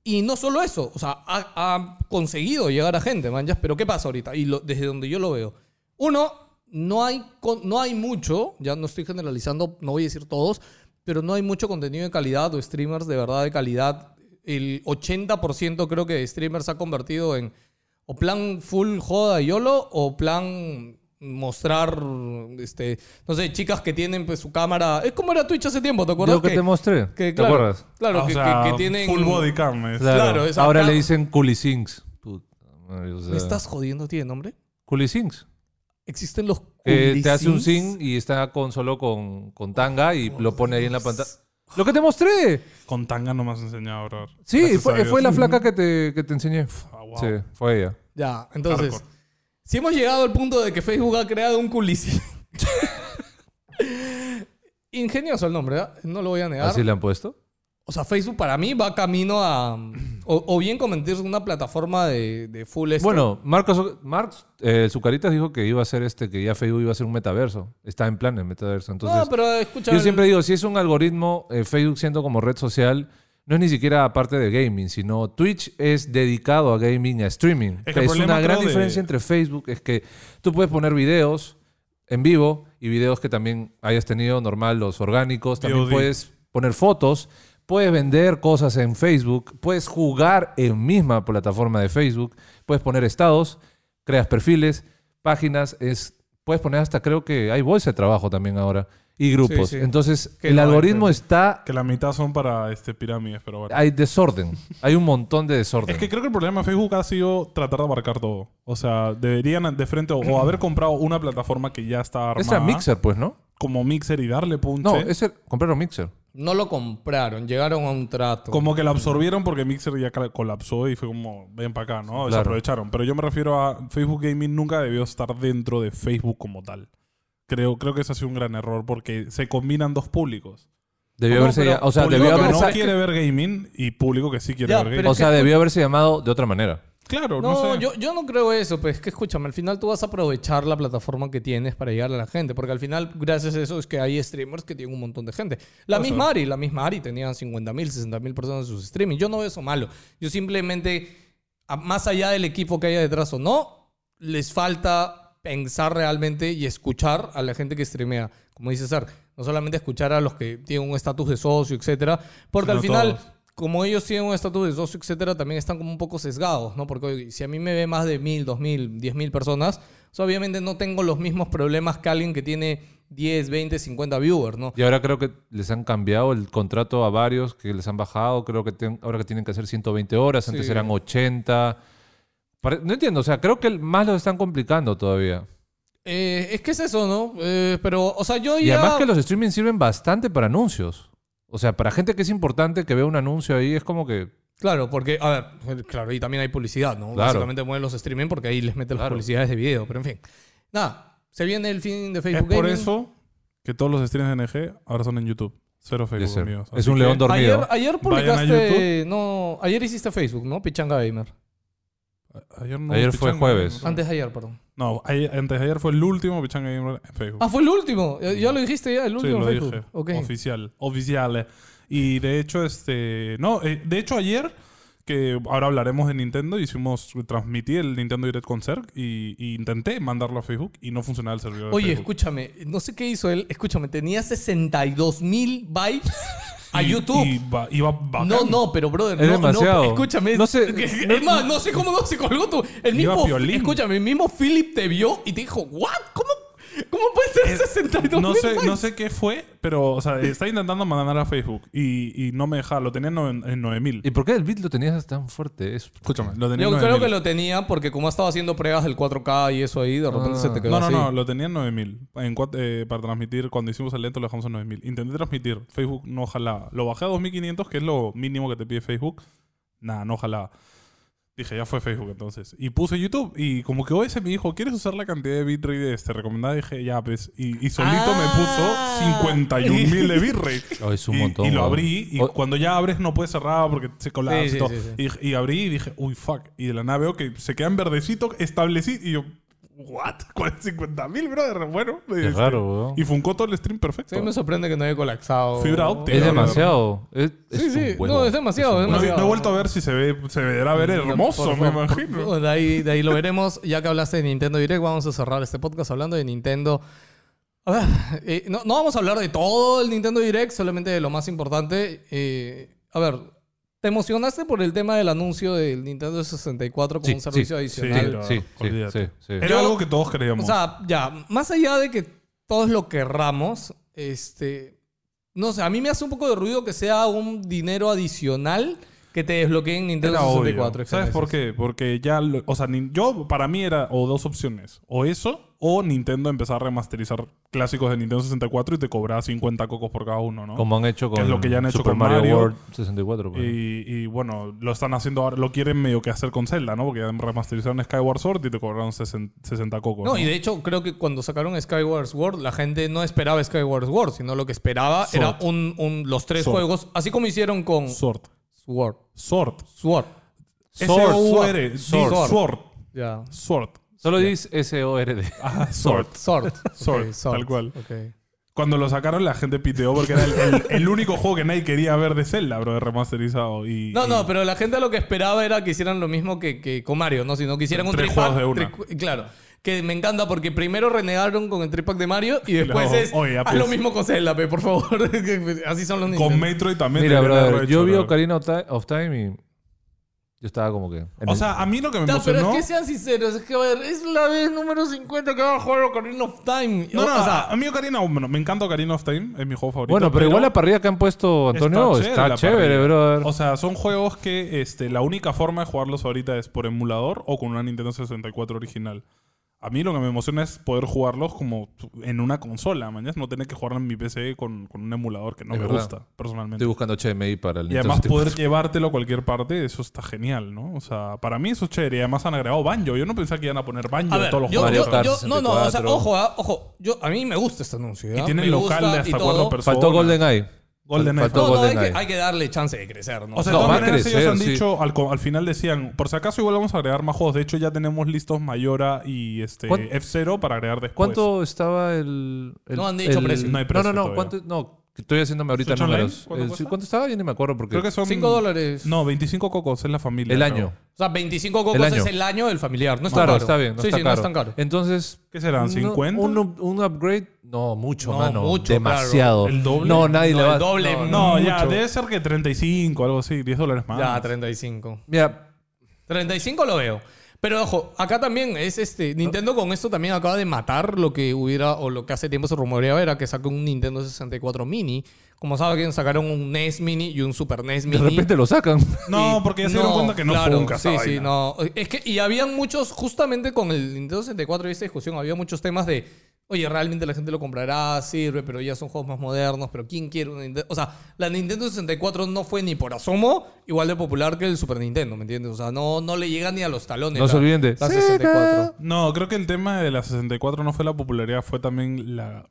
S2: Y no solo eso, o sea, ha, ha conseguido llegar a gente, manjas. Pero ¿qué pasa ahorita? Y lo- desde donde yo lo veo. Uno, no hay, con- no hay mucho, ya no estoy generalizando, no voy a decir todos, pero no hay mucho contenido de calidad o streamers de verdad de calidad. El 80% creo que de streamers se ha convertido en o plan full joda YOLO o plan mostrar, este, no sé, chicas que tienen pues su cámara. Es como era Twitch hace tiempo, ¿te acuerdas?
S3: Lo que, te mostré. ¿Te
S2: claro,
S3: acuerdas?
S2: Claro,
S1: Ah, o
S2: que,
S1: sea,
S2: que- que tienen...
S1: Full body cam. es-
S3: Claro.
S2: Claro, esa-
S3: Ahora
S2: claro.
S3: le dicen Culisinks. Puta madre, o sea,
S2: ¿Me estás jodiendo, tiene nombre?
S3: Culisinks.
S2: Existen los...
S3: Que te hace un
S2: culisins?
S3: sing y está con, solo con, con tanga y lo pone ahí en la pantalla. ¡Lo que te mostré!
S1: Con tanga no me has enseñado, bro.
S3: Sí,
S1: Gracias a
S3: fue,
S1: Dios.
S3: fue la flaca que te, que te enseñé.
S1: Ah, wow.
S3: Sí, fue ella.
S2: Ya, entonces,
S1: Hardcore.
S2: si hemos llegado al punto de que Facebook ha creado un culici. <laughs> Ingenioso el nombre, ¿verdad? No lo voy a negar.
S3: ¿Así le han puesto?
S2: O sea, Facebook para mí va camino a. O, o bien convertirse en una plataforma de, de full
S1: este-
S2: esto.
S3: Bueno, Marcos, Marx, eh, Zucaritas dijo que iba a ser este, que ya Facebook iba a ser un metaverso. Está en plan el metaverso. Entonces,
S2: no, pero escucha.
S3: yo
S2: el-
S3: siempre digo, si es un algoritmo, eh, Facebook siendo como red social, no es ni siquiera aparte de gaming, sino Twitch es dedicado a gaming y a streaming.
S1: Es
S3: Es,
S1: que el problema,
S3: una gran
S1: creo, de-
S3: diferencia entre Facebook, es que tú puedes poner videos en vivo y videos que también hayas tenido normal, los orgánicos. También
S1: VOD.
S3: puedes poner fotos, puedes vender cosas en Facebook, puedes jugar en misma plataforma de Facebook, puedes poner estados, creas perfiles, páginas, es, puedes poner hasta creo que hay bolsa de trabajo también ahora. y grupos.
S2: sí.
S3: Entonces,
S2: Que
S3: el
S2: no hay,
S3: algoritmo
S2: pero-
S3: está...
S1: Que la mitad son para este, pirámides, pero bueno.
S3: Hay desorden. Hay un montón de desorden.
S1: Es que creo que el problema de Facebook ha sido tratar de abarcar todo. O sea, deberían de frente o, o haber comprado una plataforma que ya está armada.
S3: Ese era Mixer, pues, ¿no?
S1: Como Mixer y darle punche.
S3: No, ese... Compraron Mixer.
S2: No lo compraron, llegaron a un trato.
S1: Como que la absorbieron porque Mixer ya cla- colapsó y fue como, ven para acá, ¿no? Desaprovecharon. Pero yo me refiero a Facebook Gaming nunca debió estar dentro de Facebook como tal. Creo, creo que ese ha sido un gran error porque se combinan dos públicos.
S3: Debió
S2: No,
S3: haberse...
S2: pero
S3: ya- O sea,
S1: público
S3: debió
S1: que
S3: haberse...
S1: no quiere ver gaming y público que sí quiere
S2: Ya,
S1: ver gaming.
S2: pero
S3: o sea, debió haberse llamado de otra manera.
S1: claro, no,
S2: No,
S1: sé.
S2: yo, yo no creo eso, pues es que escúchame, al final tú vas a aprovechar la plataforma que tienes para llegar a la gente, porque al final, gracias a eso, es que hay streamers que tienen un montón de gente. La misma Ari, la misma Ari tenía 50 mil, 60 mil personas en sus streaming. Yo no veo eso malo. Yo simplemente, a- más allá del equipo que haya detrás o no, les falta pensar realmente y escuchar a la gente que streamea. Como dice Sar, no solamente escuchar a los que tienen un estatus de socio, etcétera, porque
S1: Sino
S2: al final
S1: todos.
S2: como ellos tienen un estatus de socio, etcétera, también están como un poco sesgados, ¿no? Porque oye, si a mí me ve más de mil, dos mil, diez mil personas, o sea, obviamente no tengo los mismos problemas que alguien que tiene 10, 20, 50 viewers, ¿no?
S3: Y ahora creo que les han cambiado el contrato a varios, que les han bajado, creo que ten- ahora que tienen que hacer 120 horas, antes
S2: Sí.
S3: eran 80. Pare- no entiendo, o sea, creo que el- más lo están complicando todavía.
S2: Eh, es que es eso, ¿no? Eh, pero, o sea, yo
S3: Y
S2: ya...
S3: además que los streaming sirven bastante para anuncios. O sea, para gente que es importante que vea un anuncio ahí, es como que...
S2: Claro, porque, a ver, claro, y también hay publicidad, ¿no?
S3: Claro.
S2: Básicamente mueven los streaming porque ahí les meten las
S3: Claro.
S2: publicidades de video, pero en fin. Nada, se viene el fin de
S1: es
S2: Facebook
S1: por
S2: Gaming.
S1: eso que todos los streams de NG ahora son en YouTube. Cero
S3: yes,
S1: Facebook,
S3: sir.
S1: amigos.
S3: es
S1: Así
S3: un
S1: que-
S3: león dormido.
S2: Ayer, ayer
S1: Vayan a
S2: publicaste... No, ayer hiciste Facebook, ¿no? Pichanga Gamer.
S1: Ayer, no,
S3: Ayer fue
S1: Pichanga,
S3: jueves.
S1: ¿no?
S2: Antes de ayer, perdón.
S1: No, ayer- antes de ayer fue el último Pichanga Gamer en Facebook.
S2: Ah, fue el último. Ya, ya lo dijiste ya, el
S1: Sí,
S2: último en
S1: lo
S2: Facebook.
S1: dije.
S2: Ok.
S1: Oficial. Oficial. Y de hecho, este. No, eh, de hecho, ayer, que ahora hablaremos de Nintendo, hicimos. Transmití el Nintendo Direct Concert y, y intenté mandarlo a Facebook y no funcionaba el servidor. de
S2: Oye,
S1: Facebook.
S2: escúchame, no sé qué hizo él. Escúchame, tenía 62 mil
S1: <laughs>
S2: bytes a
S1: Y-
S2: YouTube.
S1: Y, ba- iba bacán.
S2: no, no, pero brother,
S3: Es
S2: no,
S3: demasiado.
S2: no, escúchame.
S3: No sé-
S2: es más, no sé cómo no se colgó tú. El
S1: Iba
S2: mismo,
S1: piolín.
S2: escúchame, el mismo Philip te vio y te dijo, ¿what? ¿Cómo, cómo puede ser 62
S1: <laughs> No
S2: mil
S1: sé,
S2: bytes?
S1: no sé qué fue, pero, o sea, estaba intentando mandar a Facebook y, y no me dejaba. Lo tenía en noven- en 9000.
S3: ¿Y por qué el beat lo tenías tan fuerte? Es-
S1: Escúchame, lo tenía
S2: Yo
S1: en
S2: creo
S1: 9000.
S2: que lo tenía porque como ha estado haciendo pruebas del 4K y eso ahí, de repente
S3: Ah.
S2: se te quedó
S1: No, no,
S2: así.
S1: no, lo tenía en 9000. En cuat- eh, para transmitir, cuando hicimos el lento lo dejamos en 9000. Intenté transmitir, Facebook no jalaba. Lo bajé a 2500, que es lo mínimo que te pide Facebook. Nada, no jalaba. Dije, ya fue Facebook entonces. Y puse YouTube y como que OS me dijo, ¿quieres usar la cantidad de bitrate este recomendada? Dije, ya, pues. Y, y solito me
S2: Ah.
S1: puso 51.000 de bitrate.
S3: Oh, es un
S1: y,
S3: montón,
S1: y lo
S3: weón.
S1: abrí y
S3: Oh.
S1: cuando ya abres no puedes cerrar porque se colapsa
S2: Sí, sí,
S1: y todo.
S2: sí, sí.
S1: Y dije- Y, abrí y dije, uy, fuck. Y de la nave veo que se queda en verdecito, establecí. Y yo, what? <laughs> ¿Cuál es 50 mil, brother? Bueno.
S3: Es
S1: este,
S3: raro, weón.
S1: Y funcó todo el stream perfecto.
S2: Sí, me sorprende que no haya colapsado.
S1: Fibra óptica.
S3: Es demasiado. Es, es
S2: Sí,
S3: un
S2: sí.
S3: huevo.
S2: No, es demasiado. Es
S1: no,
S2: demasiado.
S1: no he vuelto a ver si se ve, se deberá ver hermoso,
S2: Por
S1: me
S2: favor. <laughs>
S1: imagino.
S2: De ahí, de ahí lo veremos. Ya que hablaste de Nintendo Direct, vamos a cerrar este podcast hablando de Nintendo. A ver, eh, no, no vamos a hablar de todo el Nintendo Direct, solamente de lo más importante. Eh, a ver, ¿te emocionaste por el tema del anuncio del Nintendo 64 como
S3: Sí,
S2: un servicio
S3: sí,
S1: sí,
S2: adicional?
S1: pero
S3: Sí, sí,
S1: olvídate.
S3: sí, sí.
S1: Era
S2: Yo-
S1: algo que todos creíamos.
S2: O sea, ya, más allá de que todos lo querramos, este. No sé, a mí me hace un poco de ruido que sea un dinero adicional que te desbloqueen Nintendo
S1: Era obvio.
S2: 64.
S1: ¿Sabes por qué? Porque ya, lo- o sea, nin- yo para mí era o dos opciones, o eso o Nintendo empezar a remasterizar clásicos de Nintendo 64 y te cobraba 50 cocos por cada uno, ¿no?
S3: Como han hecho
S1: Que
S3: con
S1: es lo que ya han hecho
S3: Super
S1: con
S3: Mario,
S1: Mario.
S3: World 64. pues.
S1: y, y, bueno, lo están haciendo ahora, lo quieren medio que hacer con Zelda, ¿no? Porque ya remasterizaron Skyward Sword y te cobraron 60, 60 cocos.
S2: No, y de hecho creo que cuando sacaron Skyward Sword, la gente no esperaba Skyward Sword, sino lo que esperaba
S1: Sword.
S2: era un, un- los tres
S1: Sword.
S2: juegos, así como hicieron con
S1: Sword.
S2: Sword.
S1: Sword.
S2: Sword.
S1: Sword.
S2: Sword.
S1: Sword.
S2: Sword.
S1: Sword. Sword.
S2: Ya.
S1: Sword.
S3: Solo dice S-O-R-D. <laughs>
S1: Ah, Sword.
S2: Sword. Ok,
S1: <laughs> Sword, tal cual.
S2: Ok.
S1: Cuando lo sacaron, la gente piteó porque era el, el- el único juego que nadie quería ver de Zelda, bro, de remasterizado. Y,
S2: No,
S1: y-
S2: no, pero la gente lo que esperaba era que hicieran lo mismo que, que con Mario, ¿no? Sino que hicieran un
S1: Tres
S2: tripack.
S1: juegos de una.
S2: claro. Que me encanta porque primero renegaron con el tripack de Mario y después
S1: Luego,
S2: es.
S1: oye, ya
S2: haz
S1: pues.
S2: <laughs> lo mismo con Zelda, pe, por favor. <laughs> Así son los
S1: Con
S2: Nintendo.
S1: Metroid también.
S3: Mira,
S1: deberían
S3: brother,
S1: haberlo
S3: yo
S1: hecho,
S3: vi
S1: brother.
S3: Ocarina of Ti- of Time y Yo estaba como que. en
S1: O
S3: el-
S1: sea, a mí lo que me
S2: No, pero
S1: emocionó.
S2: es que sean sinceros, es que a ver, es la vez número 50 que va a jugar Ocarina of Time.
S1: No, ah,
S2: O-
S1: no,
S2: o sea,
S1: a mí Ocarina, bueno, me encanta Ocarina of Time, es mi juego favorito.
S3: bueno, pero, igual la parrilla que han puesto Antonio está,
S1: la
S3: chévere,
S1: parrilla.
S3: brother.
S1: O sea, son juegos que este, la única forma de jugarlos ahorita es por emulador o con una Nintendo 64 original. A mí lo que me emociona es poder jugarlos como en una consola, mañana no tener que jugar en mi PC con, con un emulador que no
S3: Es
S1: me
S3: verdad.
S1: gusta, personalmente.
S3: Estoy buscando HMI para el
S1: Y además
S3: Nintendo
S1: poder llevártelo a cualquier parte, eso está genial, ¿no? O sea, para mí eso es chévere. Y además han agregado banjo. Yo no pensé que iban a poner banjo
S2: a
S1: en
S2: ver,
S1: todos los
S2: yo,
S1: juegos.
S2: yo,
S3: Mario Kart
S2: yo- no, no, o sea,
S3: 64.
S2: ojo, ah, ojo, yo, a mí me gusta este anuncio.
S1: Y
S2: ¿ah?
S1: tienen
S2: Me
S1: local
S2: gusta
S1: de
S2: y
S1: hasta
S2: todo.
S1: cuatro
S3: GoldenEye.
S1: personas.
S3: Faltó GoldenEye.
S1: Golden
S3: Faltó
S2: No, no, hay,
S3: GoldenEye.
S2: que, hay que darle chance de crecer, ¿no?
S1: O sea,
S3: No,
S1: de todas
S3: va a
S1: maneras, ellos
S3: crecer,
S1: han
S3: sí.
S1: dicho, al, co- al final decían, por si acaso igual vamos a agregar más juegos. De hecho, ya tenemos listos Mayora y este
S3: ¿Cuán-
S1: F0 para agregar después.
S3: ¿Cuánto estaba el, el-
S2: No han dicho
S3: el-
S2: precio.
S1: pues. No hay
S3: No,
S1: precio
S3: no, no.
S1: todavía.
S3: ¿cuánto, no, que estoy haciéndome ahorita
S1: ¿Switch Online?
S3: números.
S1: ¿Cuánto
S3: El-
S1: cuesta?
S3: ¿Cuánto estaba? Yo ni me acuerdo porque.
S1: Creo que son...
S2: 5 dólares.
S1: No, 25 cocos es la familia.
S3: el
S1: creo.
S3: año.
S2: O sea, 25
S3: El
S2: cocos
S3: año.
S2: es el año del familiar. No es tan
S3: Claro,
S2: caro.
S3: está bien. No
S2: sí,
S3: está
S2: sí,
S3: caro.
S2: no es tan caro.
S3: Entonces.
S1: ¿Qué serán?
S3: no-
S1: ¿50?
S3: Un, up- un upgrade. No, mucho,
S2: No,
S3: mano.
S2: mucho,
S3: demasiado.
S1: claro. ¿El doble?
S3: No, nadie
S2: No,
S3: le va
S2: el doble,
S3: no,
S1: No, ya,
S2: Mucho.
S1: debe ser que 35, algo así, 10 dólares más.
S2: Ya, 35.
S3: Mira,
S2: 35 lo veo. Pero ojo, acá también es este. Nintendo con esto también acaba de matar lo que hubiera o lo que hace tiempo se rumoreaba era que saque un Nintendo 64 mini. Como saben, sacaron un NES mini y un Super NES
S3: de
S2: mini.
S3: repente lo sacan. <laughs>
S1: No, porque ya se dieron cuenta que no
S2: claro,
S1: funca esa
S2: Sí, sí,
S1: vaina.
S2: no. Es que, y habían muchos, justamente con el Nintendo 64 y esta discusión, había muchos temas de, oye, realmente la gente lo comprará, sirve, pero ya son juegos más modernos, pero ¿quién quiere un Nintendo? O sea, la Nintendo 64 no fue ni por asomo igual de popular que el Super Nintendo, ¿me entiendes? O sea, no, no le llega ni a los talones.
S3: No
S2: la-
S3: se olviden de
S2: La
S3: Sega.
S2: 64.
S1: No, creo que el tema de la 64 no fue la popularidad, fue también la,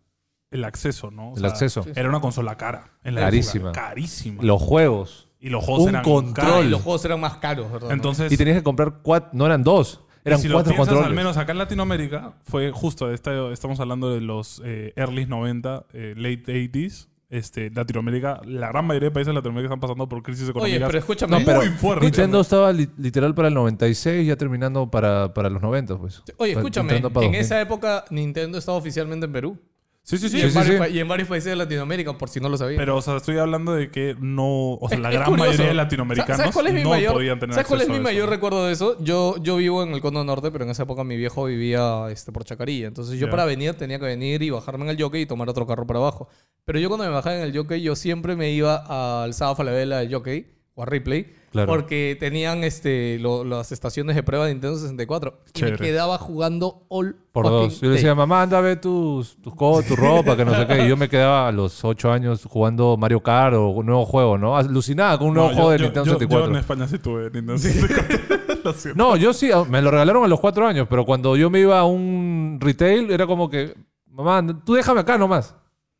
S1: el acceso, ¿no? O
S3: El acceso.
S1: Era una consola cara. en la
S3: Carísima.
S1: época, carísima.
S3: Los juegos.
S1: y los juegos
S3: un
S1: eran
S3: control.
S1: caros.
S2: Y los juegos eran más caros, ¿verdad?
S1: Entonces,
S3: Y tenías que comprar cuatro. No eran dos. Eran
S1: y si
S3: cuatro
S1: lo piensas,
S3: controles.
S1: al menos acá en Latinoamérica, fue justo, esta- estamos hablando de los eh, early 90, eh, late 80s. Este, Latinoamérica, la gran mayoría de países de Latinoamérica están pasando por crisis
S2: Oye,
S1: económicas.
S2: pero escúchame.
S3: No, pero
S1: Muy fuerte.
S3: Nintendo estaba li- literal para el 96 y ya terminando para, para los 90, pues.
S2: Oye,
S3: Para-
S2: escúchame,
S3: Nintendo para
S2: en
S3: 2000.
S2: esa época Nintendo estaba oficialmente en Perú.
S1: sí, sí, sí.
S2: y, en
S3: sí,
S2: varios
S3: sí.
S2: pa- y en varios países de Latinoamérica, por si no lo sabían.
S1: Pero, o sea, estoy hablando de que no. O sea,
S2: Es-
S1: la
S2: es
S1: gran
S2: curioso.
S1: mayoría de
S2: ¿Sabes
S1: latinoamericanos
S2: cuál es mi
S1: no
S2: mayor,
S1: podían tener
S2: ¿sabes cuál es
S1: acceso
S2: mi
S1: a
S2: mayor
S1: eso.
S2: recuerdo de eso? Yo, yo vivo en el Cono Norte, pero en esa época mi viejo vivía este, por Chacarilla. Entonces yo
S1: Ya.
S2: para venir tenía que venir y bajarme en el jockey y tomar otro carro para abajo. Pero yo cuando me bajaba en el jockey, yo siempre me iba al Sábado Falabella del jockey o a Ripley.
S3: Claro.
S2: Porque tenían este, lo- las estaciones de prueba de Nintendo 64. Y
S1: Chévere.
S2: me quedaba jugando all
S3: Por
S2: fucking
S3: dos. Yo le
S2: day.
S3: decía, mamá, anda a ver tus, tus co- tu ropa, que no sé qué. Y yo me quedaba a los 8 años jugando Mario Kart o un nuevo juego, ¿no? Alucinada con un nuevo
S1: No,
S3: juego
S1: yo-
S3: de
S1: yo-
S3: Nintendo
S1: yo- Yo,
S3: 64.
S1: en España sí tuve Nintendo 64. Lo siento.
S3: no, yo sí, ah, me lo regalaron a los 4 años, pero cuando yo me iba a un retail era como que, mamá, n- tú déjame acá nomás.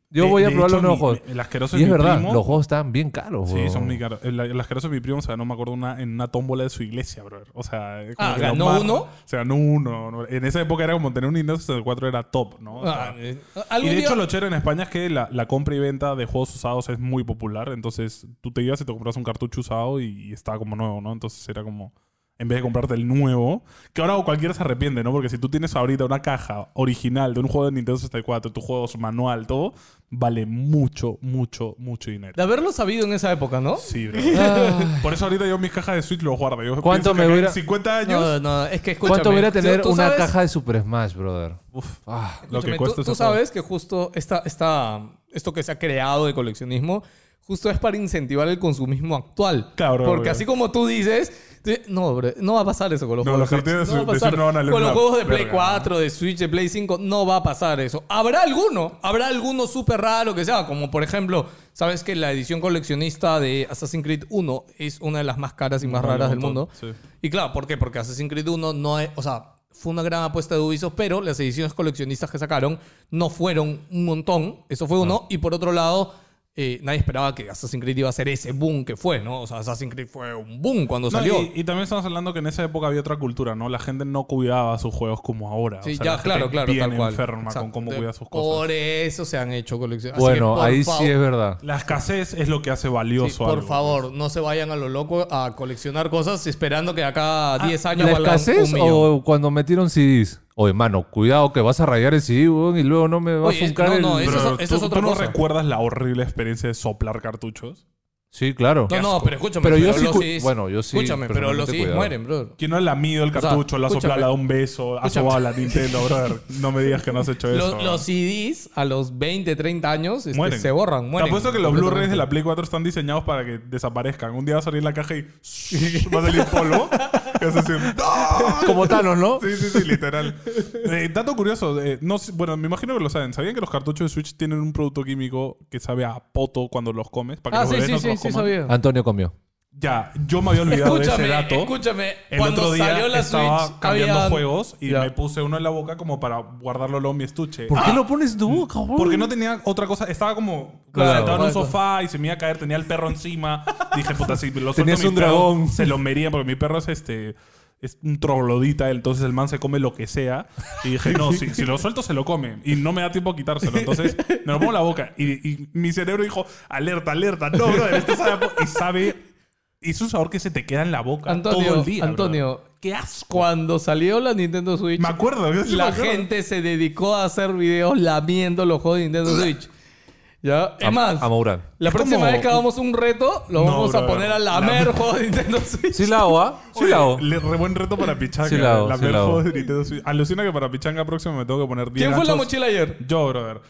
S3: Yo
S1: De-
S3: voy a
S1: de
S3: probar
S1: hecho,
S3: los nuevos
S1: mi-
S3: juegos.
S1: mi- El asqueroso
S3: Y
S1: de mi
S3: es verdad,
S1: primo-
S3: los juegos estaban bien caros.
S1: Sí,
S3: weón.
S1: son muy caros. El, el asqueroso de mi primo, o sea, no me acuerdo una, en una tómbola de su iglesia, brother. O sea, es como
S2: Ah,
S1: que lo
S2: ¿ganó
S1: más-
S2: uno?
S1: O sea, no uno. no- En esa época era como tener un Nintendo 64 era top, ¿no? O sea,
S2: Ah, eh,
S1: y
S2: algún
S1: de
S2: día-
S1: hecho, lo chévere en España es que la, la compra y venta de juegos usados es muy popular. Entonces, tú te ibas y te compras un cartucho usado y, y estaba como nuevo, ¿no? Entonces, era como. En vez de comprarte el nuevo, que ahora cualquiera se arrepiente, ¿no? Porque si tú tienes ahorita una caja original de un juego de Nintendo 64, tu juego, su manual, todo, vale mucho, mucho, mucho dinero.
S2: De haberlo sabido en esa época, ¿no?
S1: Sí, bro.
S2: Ah.
S1: Por eso ahorita yo mis cajas de Switch los guardo. Yo
S3: ¿Cuánto
S1: pienso que
S3: me
S1: acá en
S3: hubiera-
S1: 50 años.
S2: No, no, es que escúchame.
S3: ¿Cuánto hubiera
S2: ¿tú-
S3: tener
S2: tú
S3: una
S2: sabes-
S3: caja de Super Smash, brother?
S1: Uf,
S3: Ah,
S1: <laughs> lo que
S2: Escúchame,
S1: cuesta
S2: tú,
S1: ese
S2: tú
S1: juego.
S2: sabes que justo esta, esta, esto que se ha creado de coleccionismo, justo es para incentivar el consumismo actual.
S1: Claro,
S2: Porque
S1: obvio.
S2: así como tú dices, tú- no, bro, no va a pasar eso con los
S1: No,
S2: juegos
S1: los
S2: de Switch.
S1: cartuchos de
S2: No va a
S1: Switch
S2: pasar.
S1: no van a leer
S2: Con los
S1: una
S2: juegos de Play
S1: verga,
S2: 4, de Switch, de Play 5, no va a pasar eso. Habrá alguno, habrá alguno súper raro que sea, como por ejemplo, sabes que la edición coleccionista de Assassin's Creed 1 es una de las más caras y más
S1: Vale
S2: raras
S1: un
S2: del
S1: montón,
S2: mundo.
S1: sí.
S2: Y claro, ¿por qué? Porque Assassin's Creed 1 no es. O sea, fue una gran apuesta de Ubisoft, pero las ediciones coleccionistas que sacaron no fueron un montón. Eso fue uno. Y por otro lado, eh, nadie esperaba que Assassin's Creed iba a ser ese boom que fue, ¿no? O sea, Assassin's Creed fue un boom cuando
S1: No,
S2: salió.
S1: y, y también estamos hablando que en esa época había otra cultura, ¿no? La gente no cuidaba sus juegos como ahora.
S2: Sí,
S1: O sea, la
S2: ya,
S1: gente
S2: claro, claro,
S1: bien
S2: tal cual.
S1: enferma con
S2: Exacto.
S1: cómo cuida sus
S2: Por
S1: cosas.
S2: eso se han hecho colecciones. Así que,
S3: Bueno,
S2: por
S3: ahí
S2: favor-
S3: sí es verdad.
S1: La escasez es lo que hace
S2: sí,
S1: valioso
S2: por
S1: algo.
S2: favor, no se vayan a lo loco a coleccionar cosas esperando que acá a 10 años
S3: Ah, ¿La
S2: valgan
S3: escasez
S2: un millón.
S3: o cuando metieron CDs? Oye, mano, cuidado que vas a rayar el CD, weón, y luego no me va
S2: Oye,
S3: a funcar
S2: no, no,
S3: el...
S2: eso
S1: Pero
S2: es- eso
S1: ¿tú,
S2: es otra
S1: ¿tú no
S2: cosa.
S1: recuerdas la horrible experiencia de soplar cartuchos?
S3: Sí, claro.
S2: No, no, pero escúchame.
S3: Pero yo sí
S2: los
S3: cu-
S2: cis-
S3: bueno, yo sí
S2: Escúchame, pero los
S3: personalmente
S2: CIS
S3: cuidado.
S2: mueren, bro.
S1: ¿Quién no ha lamido el
S2: O sea,
S1: cartucho, la sopla,
S2: escúchame.
S1: le ha dado un beso, ha
S2: Escúchame.
S1: sobado la Nintendo,
S2: <laughs>
S1: brother? No me digas que no has hecho eso.
S2: Los, los CDs a los 20, 30 años este,
S1: Mueren.
S2: se borran, mueren.
S1: Te apuesto que los Blu-rays de la Play 4 están diseñados para que desaparezcan. Un día va a salir la caja y shhh, va a salir
S2: <laughs>
S1: polvo. Y vas a decir, "No".
S3: <laughs> Como Thanos, ¿no?
S1: Sí, sí, sí, literal. Eh, dato curioso. eh, no, sé- bueno, me imagino que lo saben. ¿Sabían que los cartuchos de Switch tienen un producto químico que sabe a poto cuando los comes? Para que
S2: Ah,
S1: los
S2: sí,
S1: bebés
S2: sí,
S1: no se
S2: sí,
S1: los
S2: sí,
S1: coman?
S2: sabía.
S3: Antonio comió.
S1: Ya, yo me había olvidado de ese
S2: Escúchame,
S1: dato.
S2: escúchame.
S1: El
S2: cuando
S1: otro día
S2: salió la
S1: estaba
S2: Switch,
S1: cambiando
S2: habían-
S1: juegos y
S2: Ya.
S1: me puse uno en la boca como para guardarlo luego en mi estuche.
S3: ¿Por qué lo pones tú, cabrón?
S1: Porque no tenía otra cosa. Estaba como
S3: Claro.
S1: sentado en un
S2: Claro.
S1: sofá y se me iba a caer. Tenía el perro
S3: <laughs>
S1: encima. Dije, puta, si lo suelto a
S3: Tenías
S1: mi
S3: un
S1: perro,
S3: dragón.
S1: Se lo mería porque mi perro es este... Es un troglodita, entonces el man se come lo que sea. Y dije, no, si, si lo suelto se lo come. Y no me da tiempo a quitárselo. Entonces me lo pongo en la boca. Y, y mi cerebro dijo, alerta, alerta. No, brother, esto sabe a po-". Y sabe... Y es un sabor que se te queda en la boca
S2: Antonio,
S1: todo el día.
S2: Antonio,
S1: brother. ¡Qué asco!
S2: Cuando salió la Nintendo Switch,
S1: Me acuerdo. yo sí me
S2: la
S1: acuerdo.
S2: gente se dedicó a hacer videos lamiendo los juegos de Nintendo Switch. ¿Ya? Es
S3: A-
S2: más,
S3: a Mourán.
S2: la
S1: Es
S2: próxima
S1: como-
S2: vez que hagamos un reto, lo
S1: No,
S2: vamos a
S1: brother.
S2: poner a lamer juegos de Nintendo Switch.
S3: Sí la hago, ¿ah? Sí
S1: Oye,
S3: la hago.
S1: le- re buen reto para Pichanga.
S3: Sí la hago,
S1: la
S3: sí
S1: ver
S3: la hago.
S1: juegos de Nintendo Switch. Alucina que para Pichanga próximo me tengo que poner 10
S2: ¿Quién fue la
S1: ganchos.
S2: mochila ayer?
S1: Yo, brother.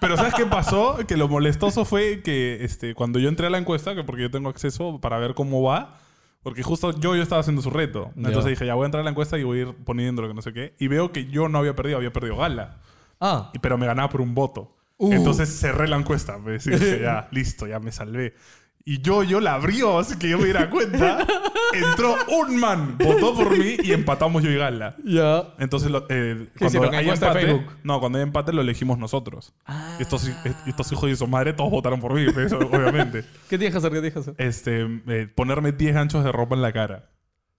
S1: Pero ¿sabes qué pasó? Que lo molestoso fue que este, cuando yo entré a la encuesta, que porque yo tengo acceso para ver cómo va, porque justo yo, yo estaba haciendo su reto. Entonces
S2: Ya.
S1: dije, ya voy a entrar a la encuesta y voy a ir poniendo lo que no sé qué. Y veo que yo no había perdido, había perdido Gala.
S2: Ah,
S1: Y- Pero me ganaba por un voto.
S2: Uh.
S1: Entonces cerré la encuesta. Me decía, dije,
S2: <laughs>
S1: ya, listo, ya me salvé. Y yo, yo la abrió, así que yo me diera
S2: <laughs>
S1: cuenta. Entró un man, votó por mí y empatamos yo y Gala.
S2: ya.
S1: Entonces, lo- eh,
S2: hicieron?
S1: cuando hay
S2: ¿Encuesta de
S1: empate,
S2: Facebook? Ah.
S1: no, cuando hay empate lo elegimos nosotros. Estos, est- estos hijos de su madre todos votaron por mí, pues, eso,
S2: <laughs>
S1: obviamente.
S2: ¿Qué tienes que hacer? ¿Qué tienes que hacer?
S1: Este, eh, ponerme 10 ganchos de ropa en la cara.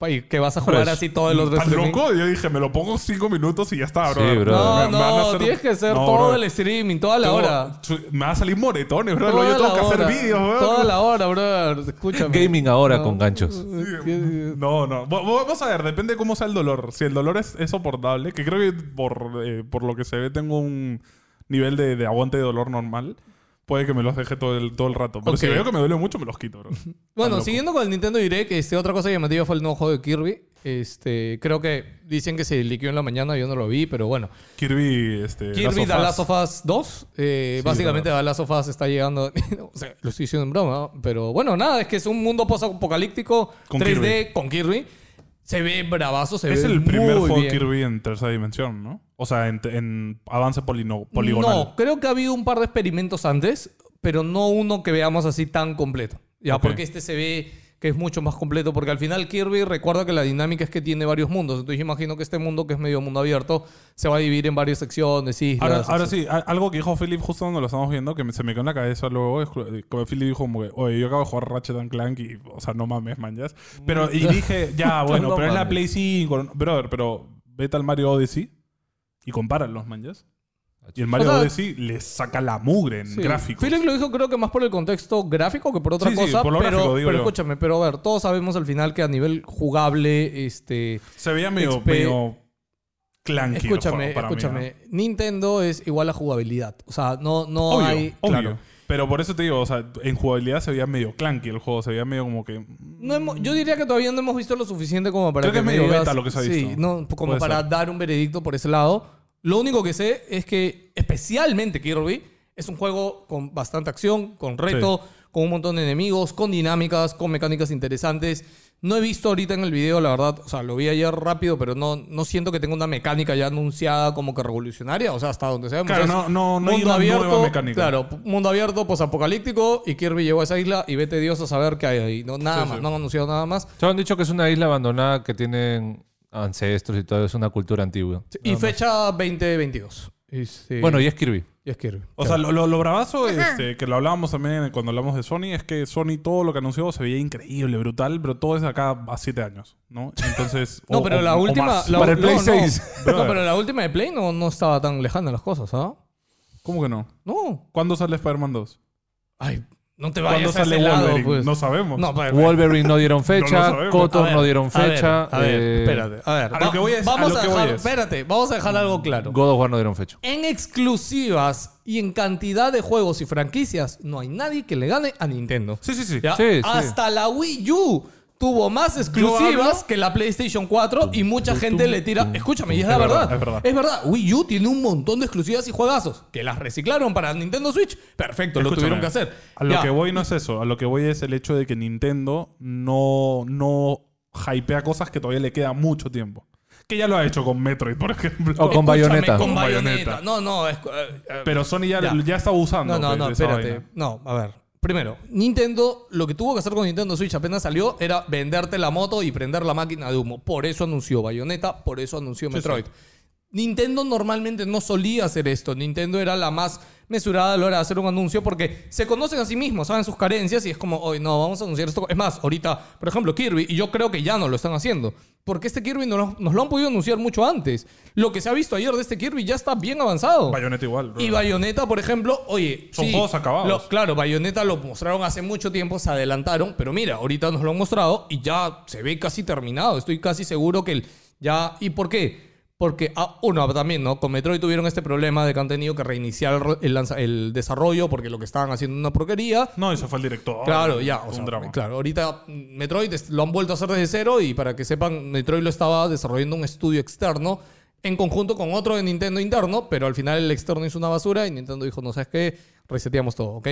S2: Pa, ¿Y que vas a jugar
S3: Pues,
S2: así todo el otro
S1: Tan
S2: streaming?
S1: loco, yo dije, me lo pongo 5 minutos y ya está, bro.
S3: bro.
S2: No,
S1: Me- me van a
S2: no,
S1: hacer-
S2: tienes que hacer
S1: No,
S2: todo
S1: bro.
S2: el streaming, toda la
S1: Tengo-
S2: hora.
S1: su- Me va a salir moretones, bro.
S2: Toda
S1: Yo tengo que
S2: la
S1: hacer
S2: hora.
S1: vídeos, bro.
S2: Toda la hora, bro. Escúchame.
S3: Gaming ahora
S2: No.
S3: con ganchos.
S2: ¿Qué-
S1: No, no. Vo- vo- Vamos a ver, depende de cómo sea el dolor. Si el dolor es, es soportable, que creo que por, eh, por lo que se ve tengo un nivel de, de aguante de dolor normal, puede que me los deje todo el, todo el rato. Pero si
S2: Ok.
S1: veo que me duele mucho, me los quito,
S2: <laughs>
S1: bro. Tan
S2: Bueno,
S1: loco.
S2: siguiendo con el Nintendo Direct, este, otra cosa llamativa fue el nuevo juego de Kirby. Este, creo que dicen que se liquidó en la mañana, yo no lo vi, pero bueno.
S1: Kirby, este.
S2: Kirby
S1: Last of
S2: The
S1: Us.
S2: Last of Us 2. eh,
S1: Sí,
S2: básicamente The Last of Us está llegando... <laughs> o sea, lo estoy diciendo en broma, ¿no? pero bueno, nada, es que es un mundo post-apocalíptico
S1: Con
S2: 3D con Kirby. Se ve bravazo, se
S1: Es
S2: ve
S1: el primer
S2: muy
S1: juego
S2: bien.
S1: Kirby en tercera dimensión, ¿no? O sea, en, en avance polino- poligonal.
S2: No, creo que ha habido un par de experimentos antes, pero no uno que veamos así tan completo. Ya,
S1: Ok.
S2: porque este se ve que es mucho más completo, porque al final Kirby recuerda que la dinámica es que tiene varios mundos. Entonces yo imagino que este mundo, que es medio mundo abierto, se va a dividir en varias secciones, islas.
S1: Ahora, ahora
S2: etcétera.
S1: sí, a- algo que dijo Philip justo cuando lo estábamos viendo, que me- se me quedó en la cabeza luego, es cu- como Philip dijo como que, oye, yo acabo de jugar Ratchet and Clank y, o sea, no mames, manjas. Pero,
S2: Mm.
S1: y dije,
S2: <laughs>
S1: ya, bueno,
S3: No
S1: pero es la
S3: mames.
S1: Play 5, no- brother, pero vete al Mario Odyssey y compáralos, manjas. Y el Mario
S2: O sea,
S1: Odyssey le saca la mugre en
S2: Sí.
S1: gráficos.
S2: Philip lo dijo creo que más por el contexto gráfico que por otra
S1: Sí, sí,
S2: cosa.
S1: por lo
S2: pero,
S1: gráfico, digo
S2: pero
S1: yo.
S2: escúchame, pero a ver, todos sabemos al final que a nivel jugable, este...
S1: se veía medio,
S2: XP.
S1: medio clanky. el
S2: Escúchame,
S1: juego para mí,
S2: escúchame.
S1: ¿no?
S2: Nintendo es igual a jugabilidad. O sea, no, no
S1: Obvio,
S2: hay...
S1: obvio.
S3: claro.
S1: Pero por eso te digo, o sea, en jugabilidad se veía medio clanky el juego, se veía medio como que...
S2: No hemos- yo diría que todavía no hemos visto lo suficiente como para
S1: Creo que es
S2: me
S1: medio
S2: digas-
S1: beta lo que se ha visto.
S2: Sí, no, como
S1: Puede
S2: para
S1: ser.
S2: dar un veredicto por ese lado. Lo único que sé es que especialmente Kirby es un juego con bastante acción, con reto, con un montón de enemigos, con dinámicas, con mecánicas interesantes. No he visto ahorita en el video, la verdad, o sea, lo vi ayer rápido, pero no, no siento que tenga una mecánica ya anunciada como que revolucionaria, o sea, hasta donde sabemos.
S1: Claro,
S2: es
S1: no- no- no hay una nueva mecánica.
S2: Claro, mundo abierto, posapocalíptico, y Kirby llegó a esa isla y vete Dios a saber qué hay ahí. No, nada
S1: Sí,
S2: más,
S1: sí.
S2: no han anunciado nada más.
S3: Se han dicho que es una isla abandonada que tienen ancestros y todo, es una cultura antigua.
S2: y fecha 2022. Este,
S3: Bueno, y es Kirby.
S2: y es Kirby.
S1: O sea, lo, lo, lo bravazo este, que lo hablábamos también cuando hablamos de Sony es que Sony todo lo que anunció se veía increíble, brutal, pero todo es acá a 7 años, ¿no? Entonces.
S2: <laughs> No,
S1: o-
S2: pero
S1: o-
S2: la
S1: o
S2: última.
S1: más.
S2: la-
S3: Para el
S2: no,
S3: Play
S2: no.
S3: 6.
S2: <laughs> No, pero la última de Play no, no estaba tan lejana las cosas, ¿ah?
S1: ¿Cómo que no?
S2: No.
S1: ¿Cuándo sale Spider-Man 2?
S2: Ay, No te
S1: ¿Cuándo
S2: vayas a
S1: sale
S2: ese lado,
S1: Wolverine?
S2: pues.
S1: No sabemos.
S2: <laughs> No, pero-
S3: Wolverine no dieron fecha,
S1: sabemos.
S3: Cotor
S2: A ver,
S3: no dieron
S2: a ver,
S3: fecha,
S2: A ver,
S3: eh,
S2: espérate. A ver,
S1: a lo
S2: va-
S1: que voy es- a
S2: vamos
S1: lo
S2: a
S1: que voy
S2: dejar,
S1: es-
S2: espérate, vamos a dejar algo claro.
S3: God of War no dieron fecha.
S2: En exclusivas y en cantidad de juegos y franquicias, no hay nadie que le gane a Nintendo.
S1: Sí, sí, sí.
S2: ¿Ya? Ah,
S3: Sí, sí.
S2: Hasta la Wii U tuvo más exclusivas que la PlayStation 4 y mucha gente le tira. Escúchame, y es, la
S1: Es verdad,
S2: verdad.
S1: es verdad.
S2: Wii U tiene un montón de exclusivas y juegazos que las reciclaron para Nintendo Switch. Perfecto, lo
S1: Escúchame,
S2: tuvieron que hacer.
S1: A lo
S2: Ya.
S1: que voy no es eso. A lo que voy es el hecho de que Nintendo no, no hypea cosas que todavía le queda mucho tiempo. Que ya lo ha hecho con Metroid, por ejemplo. <laughs>
S3: O con
S2: Escúchame,
S3: Bayonetta.
S2: Con
S1: Con
S2: bayoneta.
S1: Bayonetta.
S2: No, no, es. eh, eh,
S1: Pero Sony ya,
S2: Ya.
S1: ya. está abusando.
S2: No, no,
S1: pues,
S2: no,
S1: de esa
S2: espérate.
S1: vaina.
S2: No, a ver. Primero, Nintendo, lo que tuvo que hacer con Nintendo Switch apenas salió era venderte la moto y prender la máquina de humo. Por eso anunció Bayonetta, por eso anunció Metroid. Nintendo normalmente no solía hacer esto. Nintendo era la más mesurada a la hora de hacer un anuncio porque se conocen a sí mismos, saben sus carencias y es como, hoy no, vamos a anunciar esto. Es más, ahorita, por ejemplo, Kirby, y yo creo que ya no lo están haciendo, porque este Kirby no lo- nos lo han podido anunciar mucho antes. Lo que se ha visto ayer de este Kirby ya está bien avanzado.
S1: Bayonetta igual.
S2: Y
S1: bro.
S2: Bayonetta, por ejemplo, oye.
S1: Son juegos acabados.
S2: lo- claro, Bayonetta lo mostraron hace mucho tiempo, se adelantaron, pero mira, ahorita nos lo han mostrado y ya se ve casi terminado. Estoy casi seguro que el, ya. ¿Y por qué? Porque, ah, uno, también, ¿no? Con Metroid tuvieron este problema de que han tenido que reiniciar el, re- el lanza- el desarrollo porque lo que estaban haciendo es una porquería.
S1: No, eso fue el director.
S2: Claro, ya. O
S1: un
S2: sea,
S1: drama.
S2: Claro, ahorita mm, Metroid es- lo han vuelto a hacer desde cero y para que sepan, Metroid lo estaba desarrollando un estudio externo en conjunto con otro de Nintendo interno, pero al final el externo hizo una basura y Nintendo dijo, no sabes qué, reseteamos todo, ¿ok?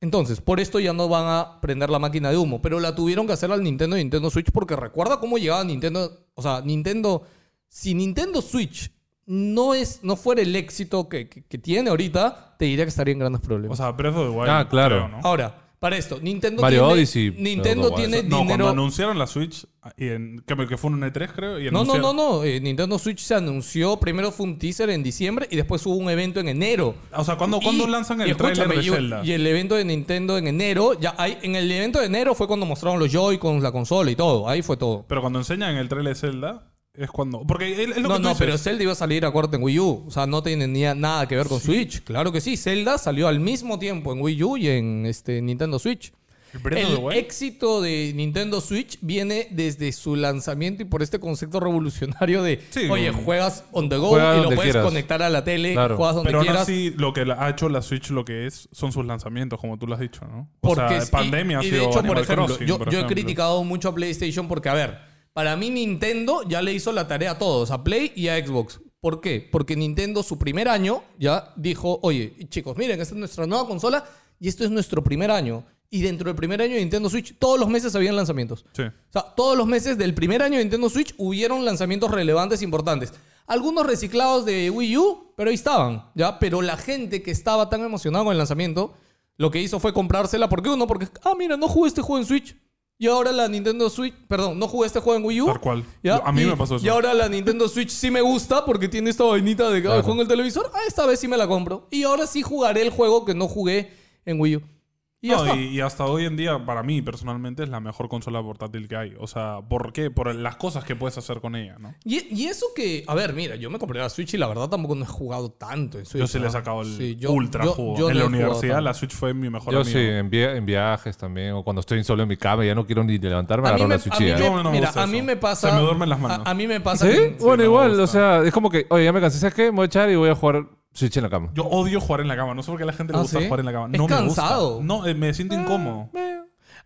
S2: Entonces, por esto ya no van a prender la máquina de humo, pero la tuvieron que hacer al Nintendo y Nintendo Switch porque recuerda cómo llegaba Nintendo, o sea, Nintendo, si Nintendo Switch no, es, no fuera el éxito que, que- que tiene ahorita, te diría que estaría en grandes problemas.
S1: O sea, Breath of the Wild.
S3: Ah, claro.
S1: creo, ¿no?
S2: Ahora, para esto, Nintendo
S3: Mario
S2: tiene,
S3: Odyssey,
S2: Nintendo
S3: pero no,
S2: tiene
S1: No, cuando
S2: dinero.
S1: anunciaron la Switch, ah, y en, que, que fue en un E3, creo. Y
S2: No, no, no,
S1: anunciaron-
S2: no. eh, Nintendo Switch se anunció. Primero fue un teaser en diciembre y después hubo un evento en enero.
S1: O sea, ¿cuándo, ¿cuándo
S2: Y-
S1: lanzan
S2: y
S1: el trailer
S2: escúchame,
S1: de
S2: y-
S1: Zelda?
S2: Y, el evento de Nintendo en enero, ya hay, en el evento de enero fue cuando mostraron los Joy-Cons, la consola y todo. Ahí fue todo.
S1: Pero cuando enseñan el trailer de Zelda, es cuando. Porque es, es lo
S2: no,
S1: que tú
S2: no,
S1: dices.
S2: pero Zelda iba a salir, acuérdate, en Wii U. O sea, no tenía nada que ver con Switch. Claro que sí. Zelda salió al mismo tiempo en Wii U y en este, Nintendo Switch.
S1: El Breath of the
S2: El
S1: Wild.
S2: éxito de Nintendo Switch viene desde su lanzamiento y por este concepto revolucionario de,
S1: Sí,
S2: oye,
S1: un-
S2: juegas on the go
S3: Juega
S2: y lo
S3: donde
S2: puedes
S3: quieras.
S2: conectar a la tele,
S3: Claro.
S2: juegas donde
S1: Pero aún
S2: quieras.
S1: así, lo que la- ha hecho la Switch, lo que es, son sus lanzamientos, como tú lo has dicho, ¿no? O
S2: porque
S1: sea, pandemia ha
S2: y, y
S1: sido
S2: de hecho, por
S1: Animal
S2: ejemplo,
S1: Crossing,
S2: yo,
S1: por
S2: yo he
S1: ejemplo.
S2: criticado mucho a PlayStation porque, a ver, para mí Nintendo ya le hizo la tarea a todos, a Play y a Xbox. ¿Por qué? Porque Nintendo su primer año ya dijo, oye, chicos, miren, esta es nuestra nueva consola y esto es nuestro primer año. Y dentro del primer año de Nintendo Switch, todos los meses habían lanzamientos.
S1: Sí.
S2: O sea, todos los meses del primer año de Nintendo Switch hubieron lanzamientos relevantes importantes. Algunos reciclados de Wii U, pero ahí estaban, ¿ya? Pero la gente que estaba tan emocionada con el lanzamiento, lo que hizo fue comprársela. ¿Por qué uno? Porque, ah, mira, no jugué este juego en Switch. Y ahora la Nintendo Switch, perdón, no jugué este juego en Wii U.
S1: Tal cual.
S2: ¿ya?
S1: A mí
S2: Y-
S1: me pasó eso.
S2: Y ahora la Nintendo Switch sí me gusta porque tiene esta vainita de que ah, juego en el televisor. Ah, esta vez sí me la compro. Y ahora sí jugaré el juego que no jugué en Wii U. Y ya
S1: No,
S2: está.
S1: y, y hasta hoy en día, para mí personalmente, es la mejor consola portátil que hay. O sea, ¿por qué? Por las cosas que puedes hacer con ella, ¿no?
S2: Y, y eso que, a ver, mira, yo me compré la Switch y la verdad tampoco no he jugado tanto en Switch.
S1: Yo sí le he
S2: ¿ah?
S1: sacado el
S2: Sí, yo-
S1: ultra
S2: yo-
S1: jugo.
S2: yo
S1: en
S2: no
S1: la
S2: he jugado
S1: universidad,
S2: tanto.
S1: la Switch fue mi mejor
S3: Yo
S1: amigo.
S3: sí, en, via- en viajes también, o cuando estoy solo en mi cama y ya no quiero ni levantarme,
S2: A mí,
S3: agarro
S2: me,
S3: la
S2: a
S3: Switch.
S2: mí
S3: y
S2: me-
S3: ya.
S1: No, no me
S2: mira,
S1: gusta
S2: a mí
S1: eso.
S2: me pasa.
S1: Se me duermen las manos.
S2: A, a mí me pasa.
S3: ¿Sí?
S2: que-
S1: no
S3: bueno,
S1: me
S3: igual,
S1: gusta.
S3: o sea, es como que, oye, ya me cansé, ¿sabes qué? Me voy a echar y voy a jugar Switch en la cama.
S1: Yo odio jugar en la cama. No sé por qué a la gente le
S2: ¿Ah,
S1: gusta
S2: sí?
S1: jugar en la cama.
S2: Es
S1: No me
S2: cansado. Ah.
S1: gusta. No, eh, me siento incómodo.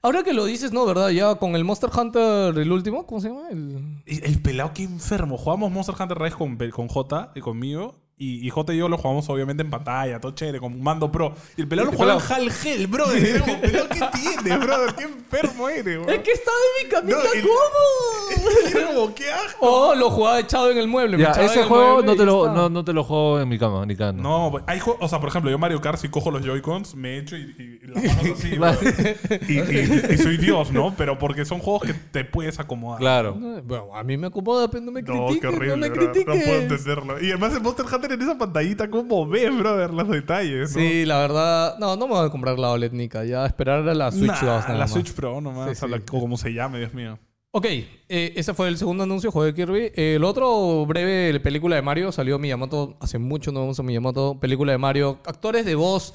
S2: Ahora que lo dices, no, ¿verdad? Ya con el Monster Hunter, el último, ¿cómo se llama? El-
S1: Y El pelado que enfermo. Jugamos Monster Hunter Rise con, con J y conmigo. Y, y J y yo lo jugamos obviamente en pantalla, todo chévere, con un mando pro. Y el pelado lo jugaba en Hal Hell, bro. Y yo como, pelado, ¿qué tienes, bro? ¿Qué enfermo eres, bro?
S2: <laughs> Es que está de mi camita,
S1: No, el-
S2: ¿cómo?
S1: Y era como, ¿qué asco?
S2: Oh, lo jugaba echado en el mueble. me
S3: Ya,
S2: echaba en
S3: ese
S2: el
S3: juego
S2: mueble
S3: no
S2: y
S3: te, lo,
S2: está.
S3: no, no te lo juego en mi cama, ni cama.
S1: No, pues, hay jue- o sea, por ejemplo, yo Mario Kart si cojo los Joy-Cons, me echo y, y- y las <laughs> manos así, bro. y, y- y soy Dios, ¿no? Pero porque son juegos que te puedes acomodar.
S3: Claro.
S2: No, Bueno, a mí me acomoda, pero no me
S1: No,
S2: critiques.
S1: qué horrible,
S2: no me
S1: bro.
S2: critiques.
S1: No puedo entenderlo. Y además el Monster Hunter en esa pantallita, ¿cómo ves, brother, los detalles? no?
S2: Sí, la verdad, no, no me voy a comprar la OLED Nica, ya esperar a la Switch 2.
S1: Nah,
S2: nada
S1: la
S2: más.
S1: Switch Pro nomás,
S2: Sí,
S1: o sea,
S2: sí.
S1: la- o como se llame, Dios mío.
S2: Ok, eh, ese fue el segundo anuncio, juego de Kirby. El otro breve la película de Mario salió Miyamoto, hace mucho no vemos a Miyamoto, película de Mario, actores de voz.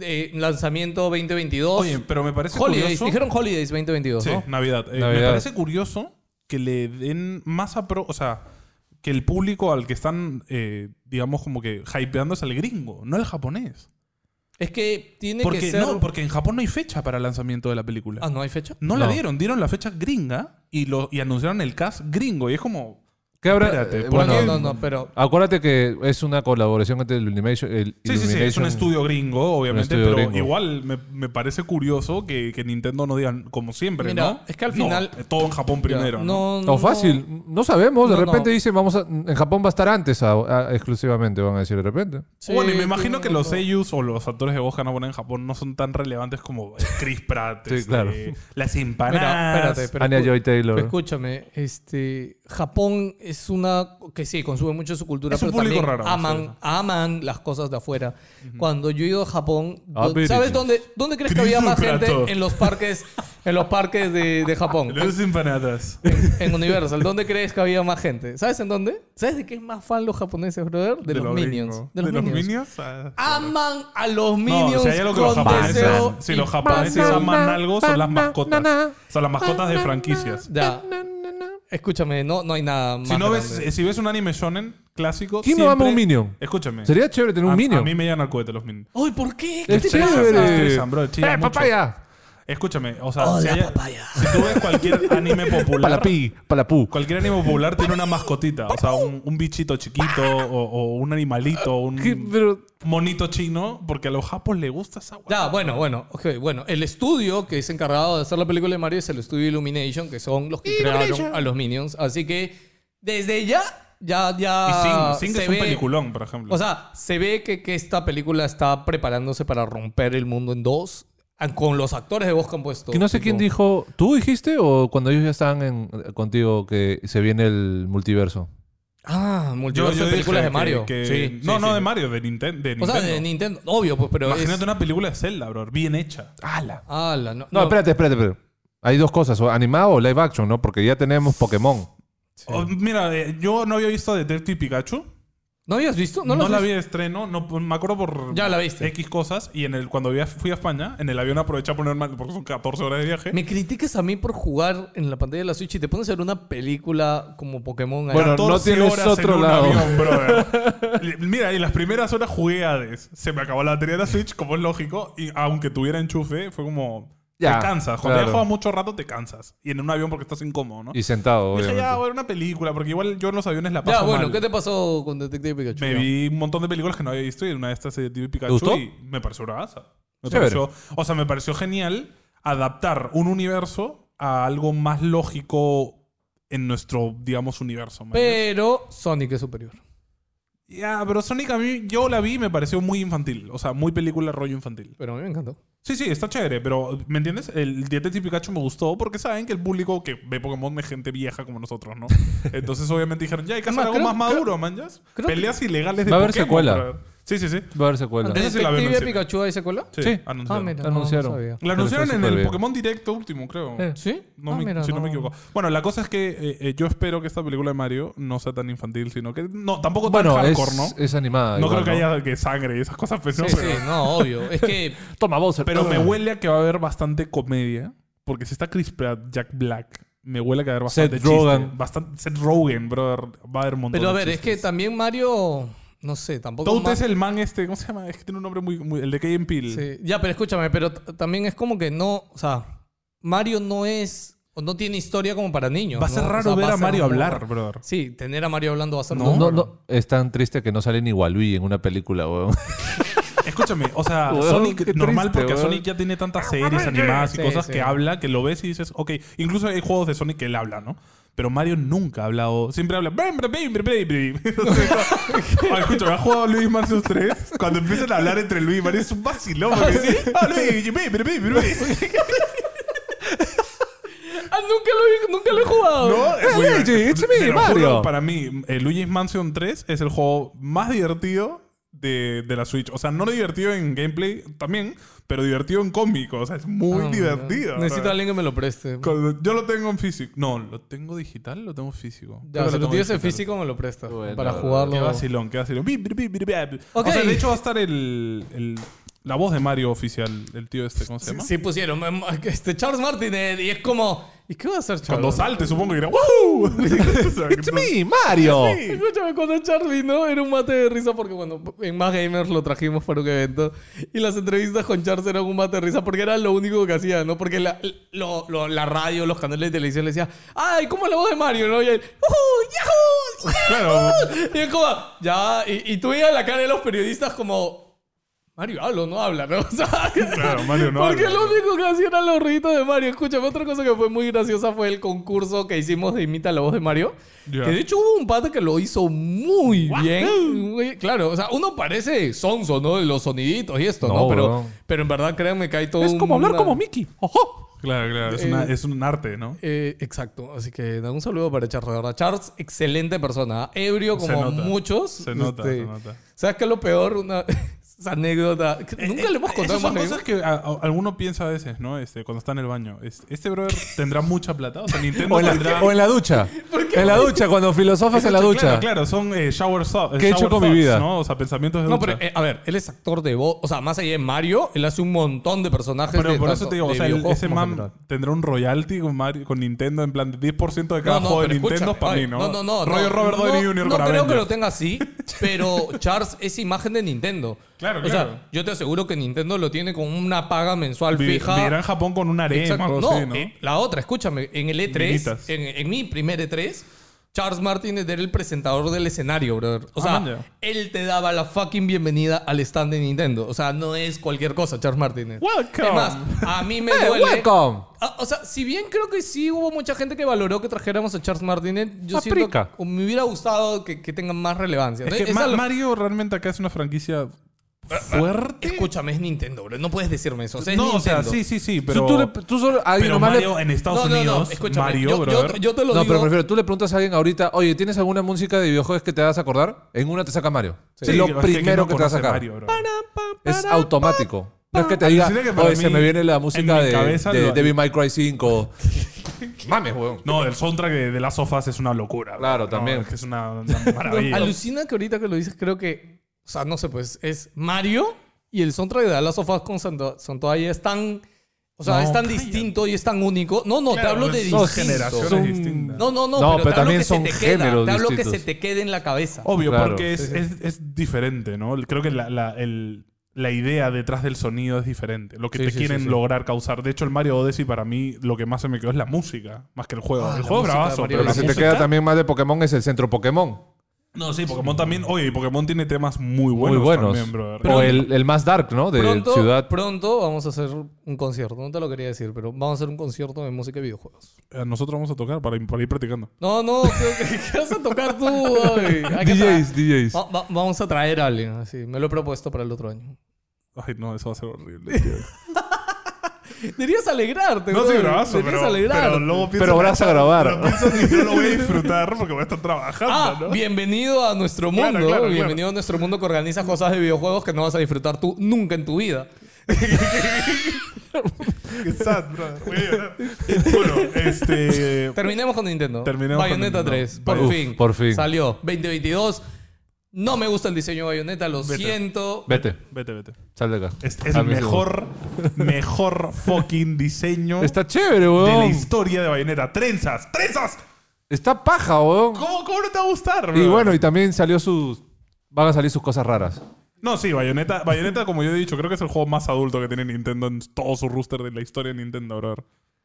S2: eh, lanzamiento 2022.
S1: Oye, pero me parece
S2: Holidays,
S1: curioso.
S2: dijeron Holidays 2022,
S1: Sí,
S2: ¿no?
S1: Navidad. Eh, Me
S3: Navidad.
S1: parece curioso que le den más apro... O sea, que el público al que están, eh, digamos, como que hypeando es al gringo, no al japonés.
S2: Es que tiene que
S1: Porque,
S2: ser...
S1: No, porque en Japón no hay fecha para el lanzamiento de la película.
S2: Ah, ¿no hay fecha?
S1: no, la
S3: no.
S1: dieron, dieron la fecha gringa y, lo, y anunciaron el cast gringo. Y es como...
S3: ¿Qué habrá?
S1: Espérate,
S3: eh,
S1: ¿por
S3: bueno,
S2: no, no, no, pero...
S3: acuérdate que es una colaboración entre el Illumination. el
S1: Sí, sí, sí, es un
S3: Illumination-
S1: estudio gringo, obviamente,
S3: estudio
S1: pero
S3: gringo.
S1: igual me, me parece curioso que, que Nintendo no digan como siempre,
S2: Mira,
S1: ¿no?
S2: es que al
S1: No,
S2: final-
S1: eh, todo en Japón primero.
S2: Ya,
S1: ¿no?
S2: no,
S3: O fácil, no, sabemos. De
S2: No,
S3: repente
S2: no.
S3: dicen, vamos a, en Japón va a estar antes a- a- exclusivamente, van a decir de repente.
S2: Sí,
S1: bueno, y me imagino
S2: no,
S1: que los
S2: no.
S1: seiyus o los actores de voz que van a poner en Japón no son tan relevantes como eh, Chris Pratt,
S3: Sí,
S1: este,
S3: claro.
S1: las
S2: Mira,
S1: empanadas. <laughs>
S2: espérate, pero
S3: Anya
S2: escu-
S3: Joy Taylor.
S2: pero escúchame, este, Japón es una que sí consume mucho su cultura,
S1: Es un
S2: pero
S1: público
S2: también
S1: raro,
S2: aman,
S1: sí.
S2: aman las cosas de afuera. Cuando yo he ido a Japón,
S3: Ah,
S2: do-
S3: pero-
S2: ¿sabes dónde, dónde crees que había
S1: Cristo
S2: más gente
S1: Prato.
S2: en los parques, en los parques de,
S1: <laughs>
S2: de Japón?
S1: Las empanadas.
S2: en Universal, ¿dónde crees que había más gente? ¿Sabes en dónde? ¿Sabes de qué es más fan los japoneses, brother? De, los, Minions.
S1: gringos.
S2: De los Minions.
S1: ah,
S2: Aman a los
S1: No,
S2: Minions
S1: o sea, hay algo que los
S2: con
S1: japoneses,
S2: deseo
S1: si
S2: y
S1: los japoneses
S2: pasión.
S1: aman algo, son las mascotas. Son las mascotas de franquicias.
S2: Ya. Escúchame, no, no hay nada más
S1: Si, no ves,
S2: grande.
S1: eh, si ves un anime shonen clásico,
S3: ¿Quién no
S1: siempre-
S3: ama un Minion?
S1: Escúchame.
S3: Sería chévere tener un
S1: a,
S3: Minion.
S1: A mí me llegan al cohete los Minions.
S2: Uy, ¿por qué? ¿Qué
S3: Este Es
S2: te pasa?
S3: chévere.
S1: Me estresan, bro, chillan
S3: ¡Eh,
S1: mucho.
S3: papaya!
S1: Escúchame, o sea, si,
S2: Hola,
S1: hay-
S2: papaya.
S1: si tú ves cualquier
S2: <laughs>
S1: anime popular,
S3: Palapi, palapú.
S1: cualquier anime popular tiene una mascotita, o sea, un, un bichito chiquito o, o un animalito,
S3: ¿Qué?
S1: un
S3: Pero,
S1: monito chino, porque a los japos les gusta esa hueá.
S2: Ya, bueno, bueno, ok, bueno. El estudio que es encargado de hacer la película de Mario es el estudio Illumination, que son los que crearon a los Minions. Así que desde ya, ya, ya.
S1: Y Sing, Sing
S2: se
S1: es un
S2: ve-
S1: peliculón, por ejemplo.
S2: O sea, se ve que, que esta película está preparándose para romper el mundo en dos a- con los actores de voz que han puesto.
S3: que no sé
S2: Tipo,
S3: quién dijo. ¿Tú dijiste o cuando ellos ya estaban en- contigo que se viene el multiverso?
S2: Ah, multiverso de
S1: dije
S2: películas de
S1: que-
S2: Mario.
S1: que-
S2: sí,
S1: no,
S2: sí,
S1: no
S2: sí.
S1: de Mario, de, Ninten- de
S2: O
S1: Nintendo.
S2: sea, de Nintendo. Obvio, pues, pero.
S1: Imagínate
S2: es-
S1: una película de Zelda, bro, bien hecha.
S3: ¡Hala!
S2: Ala, no,
S3: No,
S2: no.
S3: espérate, espérate, espérate. Hay dos cosas, o animado o live action, ¿no? Porque ya tenemos Pokémon.
S1: Oh, mira, eh, yo no había visto Detective Pikachu.
S2: ¿No habías visto?
S1: No,
S2: No, lo has
S1: la
S2: visto?
S1: vi de estreno, no, pues, me acuerdo por
S2: Ya la viste.
S1: X cosas. Y en el, cuando via- fui a España, en el avión aproveché a ponerme, porque son 14 horas de viaje.
S2: Me critiques a mí por jugar en la pantalla de la Switch y te pones a ver una película como Pokémon. ahí.
S3: Bueno, no
S1: 14
S3: tienes
S1: horas en
S3: otro
S1: un
S3: lado.
S1: avión, brother. Mira, <laughs> y las primeras horas jugué a Hades. Se me acabó la batería de la Switch, como es lógico. Y aunque tuviera enchufe, fue como.
S3: Ya,
S1: te cansas. Cuando
S3: claro.
S1: ya juegas mucho rato, te cansas. Y en un avión porque estás incómodo, ¿no?
S3: Y sentado,
S1: dije, ya,
S3: obviamente.
S1: voy a ver una película, porque igual yo en los aviones la paso.
S2: ya, bueno,
S1: mal.
S2: ¿qué te pasó con Detective Pikachu?
S1: Me vi un montón de películas que no había visto y una de estas es de Detective Pikachu
S3: gustó?
S1: y me pareció una gasa. Me
S3: Chévere.
S1: pareció, o sea, me pareció genial adaptar un universo a algo más lógico en nuestro, digamos, universo. man.
S2: Pero Sonic es superior.
S1: Ya, pero Sonic a mí, yo la vi y me pareció muy infantil. O sea, muy película rollo infantil.
S2: Pero a mí me encantó.
S1: Sí, sí, está chévere, pero ¿me entiendes? El Detective Pikachu me gustó porque saben que el público que ve Pokémon es gente vieja como nosotros, ¿no? Entonces, obviamente dijeron, ya hay que hacer
S2: Además,
S1: algo
S2: creo-
S1: más
S2: creo-
S1: maduro, man. ¿yas?
S2: creo que-
S1: Peleas ilegales de
S3: Va a haber
S1: Pokémon,
S3: secuela.
S1: pero- Sí, sí, sí.
S3: Va a haber secuela.
S1: Esa sí la veo en el
S2: ¿Detective
S1: cine.
S2: Pikachu hay secuela?
S1: Sí,
S3: Sí.
S2: Ah,
S1: anunciaron.
S2: mira, no, no
S3: Anunciaron.
S2: sabía.
S1: La
S3: Pero
S1: anunciaron
S3: está
S1: en
S3: súper
S1: el
S3: bien.
S1: Pokémon Directo último, creo.
S3: Eh.
S2: ¿Sí?
S1: No
S2: Ah,
S1: me-
S2: mira,
S1: si no, me equivoco. Bueno, la cosa es que eh, eh, yo espero que esta película de Mario no sea tan infantil, sino que. No, tampoco tan
S3: Bueno, es,
S1: hardcore, ¿no?
S3: es animada.
S1: no
S3: igual,
S1: creo que haya que sangre y esas cosas, pues,
S2: Sí,
S1: ¿no?
S2: sí,
S1: pero,
S2: no, obvio.
S1: <laughs>
S2: Es que
S3: Toma, Bowser.
S1: pero me huele a que va a haber bastante comedia. Porque si está Chris Pratt, Jack Black, me huele a que va a haber bastante
S3: Seth Rogen.
S1: chiste. Bastante, Seth Rogen, brother. Va a haber un montón
S2: Pero a
S1: de
S2: ver, es que
S1: chistes.
S2: también Mario, no sé, tampoco...
S1: Toad
S2: ma-
S1: es el man este, ¿cómo se llama? Es que tiene un nombre muy. muy- el de Kevin Peele.
S2: Sí. Ya, pero escúchame, pero t- también es como que no, o sea, Mario no es, o no tiene historia como para niños.
S1: Va a ser
S2: ¿no? O
S1: raro
S2: sea, va
S1: ver a
S2: ser
S1: Mario
S2: como-
S1: hablar, brother.
S2: Sí, tener a Mario hablando va a ser
S1: No,
S3: No,
S2: como-
S3: no, no. Es tan triste que no sale ni Waluigi en una película, weón.
S1: Escúchame, o sea,
S3: Weón, qué
S1: Sonic, normal
S3: triste,
S1: porque
S3: weón.
S1: Sonic ya tiene tantas series animadas y
S2: Sí,
S1: cosas
S2: sí.
S1: que habla que lo ves y dices, ok, incluso hay juegos de Sonic que él habla, ¿no? Pero Mario nunca ha hablado, siempre habla. "Brim, brim, brim, brim, brim, brim". <laughs> Entonces,
S3: <laughs>
S1: ah, Escúchame, ¿ha jugado Luis Marcius 3? Cuando empiezan a hablar entre Luis y Mario es un vacilón. porque dicen, "Ah, Luigi, brim, brim, brim, brim".
S2: Ah, nunca lo, he- nunca lo he jugado.
S1: No, es muy
S3: Luigi,
S1: divertido.
S3: it's me,
S1: Te lo juro,
S3: Mario.
S1: Para mí, eh, Luigi's Mansion 3 es el juego más divertido de, de la Switch. O sea, no divertido en gameplay también, pero divertido en cómico. O sea, es muy
S2: Ah,
S1: divertido.
S2: Necesito
S1: ¿verdad?
S2: a alguien que me lo preste.
S1: Cuando- Yo lo tengo en físico. No, ¿lo tengo digital? Lo tengo físico. Creo
S2: Ya,
S1: que
S2: si lo
S1: tengo
S2: tienes en
S1: digital.
S2: físico, me lo presta.
S3: Bueno,
S2: para
S1: Qué
S2: jugarlo.
S1: vacilón, qué vacilón. Bi, bi, bi, bi, bi, bi.
S2: Ok.
S1: O sea, de hecho va a estar el... el- La voz de Mario oficial, el tío este, ¿cómo se
S2: Sí,
S1: llama?
S2: sí pusieron em, este, Charles Martinet y es como... ¿Y qué va a hacer Charles?
S1: Cuando salte, supongo que dirá <laughs>
S2: <laughs>
S1: ¡Woo!
S3: <laughs> ¡It's me, Mario!
S2: Escúchame, cuando Charlie, ¿no? Era un mate de risa porque cuando en Más Gamers lo trajimos para un evento y las entrevistas con Charles eran un mate de risa porque era lo único que hacía, ¿no? Porque la, lo- lo- la radio, los canales de televisión le decían, ¡ay, cómo es la voz de Mario! ¿no? Y él, ¡uh, yahoo!
S1: Claro.
S2: <laughs> Y es como, ya, y, y tú veías la cara de los periodistas como, Mario habla o no habla, ¿no? <laughs> O sea,
S1: Claro, Mario no
S2: Porque
S1: habla.
S2: lo único que hacían eran los ruidos de Mario. Escúchame, otra cosa que fue muy graciosa fue el concurso que hicimos de Imita la voz de Mario.
S1: Ya.
S2: Que de hecho hubo un pata que lo hizo muy bien. Muy- Claro, o sea, uno parece sonso, ¿no? De los soniditos y esto, ¿no?
S3: No,
S2: Pero,
S3: weón.
S2: pero en verdad créanme que hay todo
S3: Es como hablar
S2: una-
S3: como Mickey. Ojo.
S1: Claro, claro. Es,
S2: Eh,
S1: una- es un arte, ¿no?
S2: Eh, exacto, así que da un saludo para Charles, de verdad. Charles, excelente persona, ¿eh? ebrio
S1: Se
S2: como
S1: nota.
S2: muchos.
S1: Se nota,
S2: Este,
S1: se nota.
S2: ¿Sabes qué es lo peor? Una <laughs> esa anécdota. que Nunca le hemos
S1: Eh,
S2: contado
S1: esas son
S2: más
S1: cosas que a- a- alguno piensa a veces, ¿no? Este, cuando está en el baño. Es- Este brother tendrá mucha plata. O sea, Nintendo
S3: O en, la,
S1: tendrá. Este,
S3: o en la ducha. En la ducha, cuando filosofas en la
S1: Claro,
S3: ducha.
S1: Claro, son eh, shower thoughts.
S3: ¿Qué he hecho con mi vida?
S1: ¿no? O sea, pensamientos de
S2: No,
S1: ducha.
S2: pero eh, a ver, él es actor de voz. O sea, más allá de Mario, él hace un montón de personajes.
S1: Pero
S2: de
S1: por
S2: tanto
S1: eso te digo, o
S2: de
S1: sea, el-
S2: videojuegos
S1: ese
S2: como
S1: man
S2: general.
S1: tendrá un royalty con, Mario- con Nintendo en plan de 10% de cada
S2: No, no,
S1: juego de
S2: pero
S1: Nintendo
S2: escúchame.
S1: para mí,
S2: Oye,
S1: ¿no?
S2: No, no, no.
S1: Rollo
S2: no,
S1: Robert Downey
S2: no,
S1: Jr. con
S2: No creo que
S1: Avengers.
S2: lo tenga así, pero Charles es imagen de Nintendo.
S1: Claro,
S2: o
S1: claro.
S2: sea, yo te aseguro que Nintendo lo tiene con una paga mensual
S1: Vi-
S2: fija.
S1: vivirá en Japón con un harem o
S2: Exacto.
S1: algo
S2: No,
S1: así, ¿no?
S2: eh, la otra, escúchame, en el E3,
S1: Minitas.
S2: en, en mi primer E3, Charles Martínez era el presentador del escenario, brother. O
S1: Ah,
S2: sea,
S1: man, ya.
S2: él te daba la fucking bienvenida al stand de Nintendo. O sea, no es cualquier cosa, Charles Martínez.
S1: Welcome.
S2: Es más, a
S1: <laughs>
S2: mí me
S3: Hey,
S2: duele.
S3: Eh, welcome.
S2: Ah, O sea, si bien creo que sí hubo mucha gente que valoró que trajéramos a Charles Martínez, yo
S3: Ah,
S2: siento
S3: prica.
S2: que me hubiera gustado que, que tengan más relevancia.
S1: Es que
S2: Esa
S1: Ma-
S2: lo-
S1: Mario realmente acá es una franquicia fuerte.
S2: Escúchame, es Nintendo, bro. No puedes decirme eso. O sea, es
S1: no, o sea,
S2: Nintendo.
S1: sí, sí, sí,
S3: Tú-
S1: pero...
S3: tú, le- tú solo a alguien
S1: pero
S3: nomás le-
S1: Mario en Estados
S2: No, no, no,
S1: Unidos,
S2: escúchame,
S1: Mario,
S2: yo, yo-
S1: brother.
S2: yo te lo
S3: No,
S2: digo.
S3: pero prefiero, tú le preguntas a alguien ahorita, oye, ¿tienes alguna música de videojuegos que te vas a acordar? En una te saca Mario. es lo
S1: es que
S3: primero
S1: no
S3: que te va a
S1: conoce
S3: sacar.
S1: Mario, brother.
S3: Es automático. No es que te diga,
S1: Alucina que para
S3: oye, se
S1: mí,
S3: me viene la
S1: en
S3: música
S1: mi
S3: de,
S1: cabeza
S3: de
S1: lo-
S3: Devil May Cry
S1: <laughs>
S3: 5. Mames, weón.
S1: No, el soundtrack de, de Last of Us es una locura.
S3: Claro,
S1: No,
S3: también.
S1: Es que es una,
S2: <laughs>
S1: una maravilla.
S2: Alucina que ahorita que lo dices, creo que. O sea, no sé, pues es Mario y el soundtrack de Dallas of Us con Santo- Santoya es tan. O sea,
S1: No,
S2: es tan
S1: cállate.
S2: distinto y es tan único. No, no, te
S1: Claro,
S2: hablo de
S1: es- son
S2: distinto.
S1: generaciones
S3: Son-
S1: distintas.
S2: No, no, no,
S3: No,
S2: pero,
S3: pero
S2: te hablo
S3: también
S2: que se
S3: son
S2: te queda,
S3: géneros
S2: Te hablo que
S3: distintos. Oh,
S2: se te quede en la cabeza.
S1: Obvio,
S3: Claro.
S1: porque es, es- es diferente, ¿no? Creo que la, la- el- la idea detrás del sonido es diferente. Lo que
S3: Sí,
S1: te
S3: sí,
S1: quieren
S3: sí, sí.
S1: lograr causar. De hecho, el Mario Odyssey para mí lo que más se me quedó es la música, más que el juego.
S2: Ah,
S1: el
S2: la
S1: juego es
S2: música de
S1: bravazo,
S2: Mario
S1: pero
S3: Lo que
S1: la
S2: Odyssey.
S3: se te
S1: música...
S3: queda también más de Pokémon es el centro Pokémon.
S1: No, sí, Pokémon también... Oye, y Pokémon tiene temas muy
S3: Muy
S1: buenos,
S3: buenos.
S1: también, brother.
S3: o el, el más dark, ¿no? De
S2: Pronto,
S3: ciudad.
S2: pronto vamos a hacer un concierto. No te lo quería decir, pero vamos a hacer un concierto de música y videojuegos.
S1: Eh, Nosotros vamos a tocar para, para ir practicando.
S2: No, no, <laughs> ¿qué, qué vas a tocar tú? hoy? Hay
S3: <laughs>
S2: que tra-
S3: DJs, DJs.
S2: Va- va- vamos a traer a alguien, así. Me lo he propuesto para el otro año.
S1: Ay, no, eso va a ser horrible. tío.
S2: Deberías alegrarte,
S1: no, sí,
S2: brother.
S1: bravazo,
S2: Deberías
S1: pero,
S2: alegrarte.
S1: pero luego pienso...
S3: Pero vas a
S1: Pero
S3: grabar.
S1: pienso que no lo voy a disfrutar porque voy a estar trabajando,
S2: Ah,
S1: ¿no?
S2: bienvenido a nuestro mundo.
S1: Claro, claro, claro.
S2: bienvenido a nuestro mundo que organiza cosas de videojuegos que no vas a disfrutar tú nunca en tu vida.
S1: Qué sad, brother. Voy a llorar. Bueno, este...
S2: Terminemos con Nintendo.
S1: Terminemos con
S2: Bayonetta
S1: Nintendo.
S2: 3. Por
S3: Uf,
S2: fin.
S3: por fin.
S2: Salió. 2022. No me gusta el diseño de Bayonetta, lo
S1: Vete.
S2: siento.
S3: Vete,
S1: Vete, vete.
S3: sal de acá.
S1: Es, es
S3: A
S1: el
S3: mí sí, <laughs>
S1: mejor, mejor fucking diseño
S3: weón. Está chévere,
S1: de la
S3: weón.
S1: historia de Bayonetta. ¡Trenzas! ¡Trenzas!
S3: Está paja, weón.
S1: ¿Cómo, cómo no te va a gustar,
S3: Y
S1: bro?
S3: bueno, y también salió sus. Van a salir sus
S1: <laughs>
S3: cosas raras.
S1: No, sí, Bayonetta, Bayonetta, como yo he dicho, creo que es el juego más adulto que tiene Nintendo en todo su rooster de la historia de Nintendo, bro.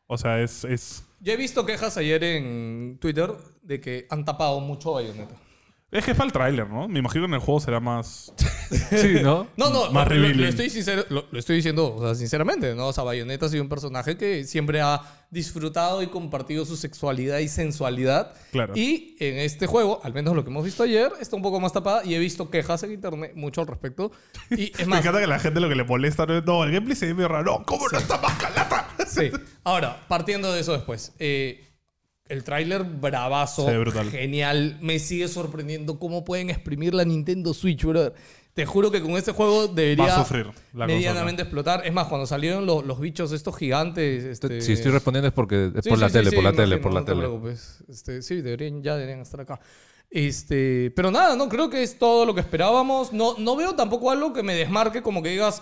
S1: O sea, es... Es,
S2: Yo he visto quejas ayer en Twitter de que han tapado mucho Bayonetta.
S1: es que es para el tráiler, ¿no? Me imagino que en el juego será más...
S3: Sí, ¿no?
S2: No, no,
S1: Más
S2: lo- lo,
S1: revealing.
S2: lo estoy sincero- lo- lo estoy diciendo, o sea, sinceramente, ¿no? O sea, Bayonetta ha sido un personaje que siempre ha disfrutado y compartido su sexualidad y sensualidad.
S1: Claro.
S2: Y en este juego, al menos lo que hemos visto ayer, está un poco más tapada y he visto quejas en internet mucho al respecto. Y
S1: <laughs>
S2: es
S1: Me
S2: más,
S1: encanta que la gente lo que le molesta no es... No, el gameplay se ve medio raro. No, ¿cómo no está más calata?
S2: sí. <laughs> Ahora, partiendo de eso después. eh, el tráiler bravazo,
S1: Se ve brutal.
S2: genial. Me sigue sorprendiendo cómo pueden exprimir la Nintendo Switch, brother. Te juro que con este juego debería
S1: Va a sufrir la
S2: medianamente explotar. Es más, cuando salieron los, los bichos estos gigantes... Este...
S3: Si estoy respondiendo es porque es
S2: Sí,
S3: por
S2: sí,
S3: la
S2: sí,
S3: tele,
S2: sí,
S3: por la
S2: imagino,
S3: tele, por la
S2: no te
S3: tele.
S2: preocupes. Este, sí, deberían, ya deberían estar acá. Este, pero nada, no creo que es todo lo que esperábamos. No, no veo tampoco algo que me desmarque como que digas,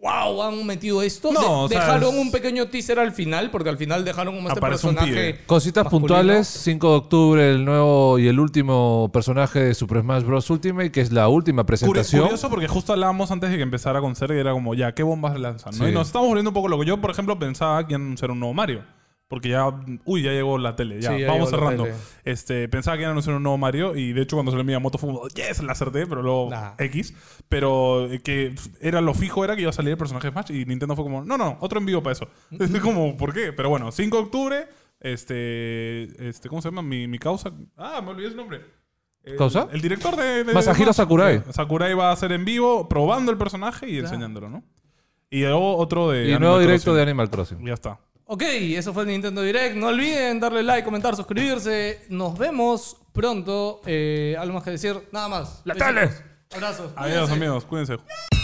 S2: wow, han metido esto.
S1: No,
S2: De-
S1: o sea,
S2: dejaron
S1: es-
S2: un pequeño teaser al final, porque al final dejaron como este
S1: Aparece un
S2: personaje.
S1: pibe.
S3: Cositas
S2: masculino.
S3: puntuales, 5 de octubre el nuevo y el último personaje de Super Smash Bros. Ultimate, que es la última
S1: Curi-
S3: presentación.
S1: Curioso porque justo hablábamos antes de que empezara con ser y era como, ya, ¿qué bombas lanzan? no?
S3: Sí.
S1: Y nos estamos volviendo un poco loco. Yo, por ejemplo, pensaba que iban a ser un nuevo Mario. Porque ya, uy, ya llegó la tele, ya,
S2: Sí, ya
S1: vamos
S2: llegó la
S1: cerrando.
S2: tele.
S1: Este, pensaba que iban a anunciar un nuevo Mario y de hecho cuando salió mi moto fue como, yes, la acerté, pero luego
S2: Nah.
S1: X. Pero eh, que era lo fijo era que iba a salir el personaje de Smash y Nintendo fue como, no, no, otro envío para eso.
S2: Mm.
S1: <laughs> Es como, ¿por qué? Pero bueno, 5 de octubre, este, este, ¿cómo se llama? Mi, mi causa. Ah, me olvidé su nombre. El-
S3: ¿Causa?
S1: El director de, de-
S3: Masahiro
S1: de-
S3: Sakurai.
S1: Sakurai va a ser en vivo probando el personaje y enseñándolo, ¿no? Y luego otro de.
S3: y
S1: Animal
S3: nuevo directo de
S1: Crossing.
S3: Animal Crossing.
S1: Ya está.
S2: Ok, eso fue el Nintendo Direct. No olviden darle like, comentar, suscribirse. Nos vemos pronto. Eh, algo más que decir, nada más.
S3: ¡La
S2: Besitos.
S3: tele!
S2: Abrazos.
S1: Adiós,
S2: Cuídense.
S1: amigos. Cuídense.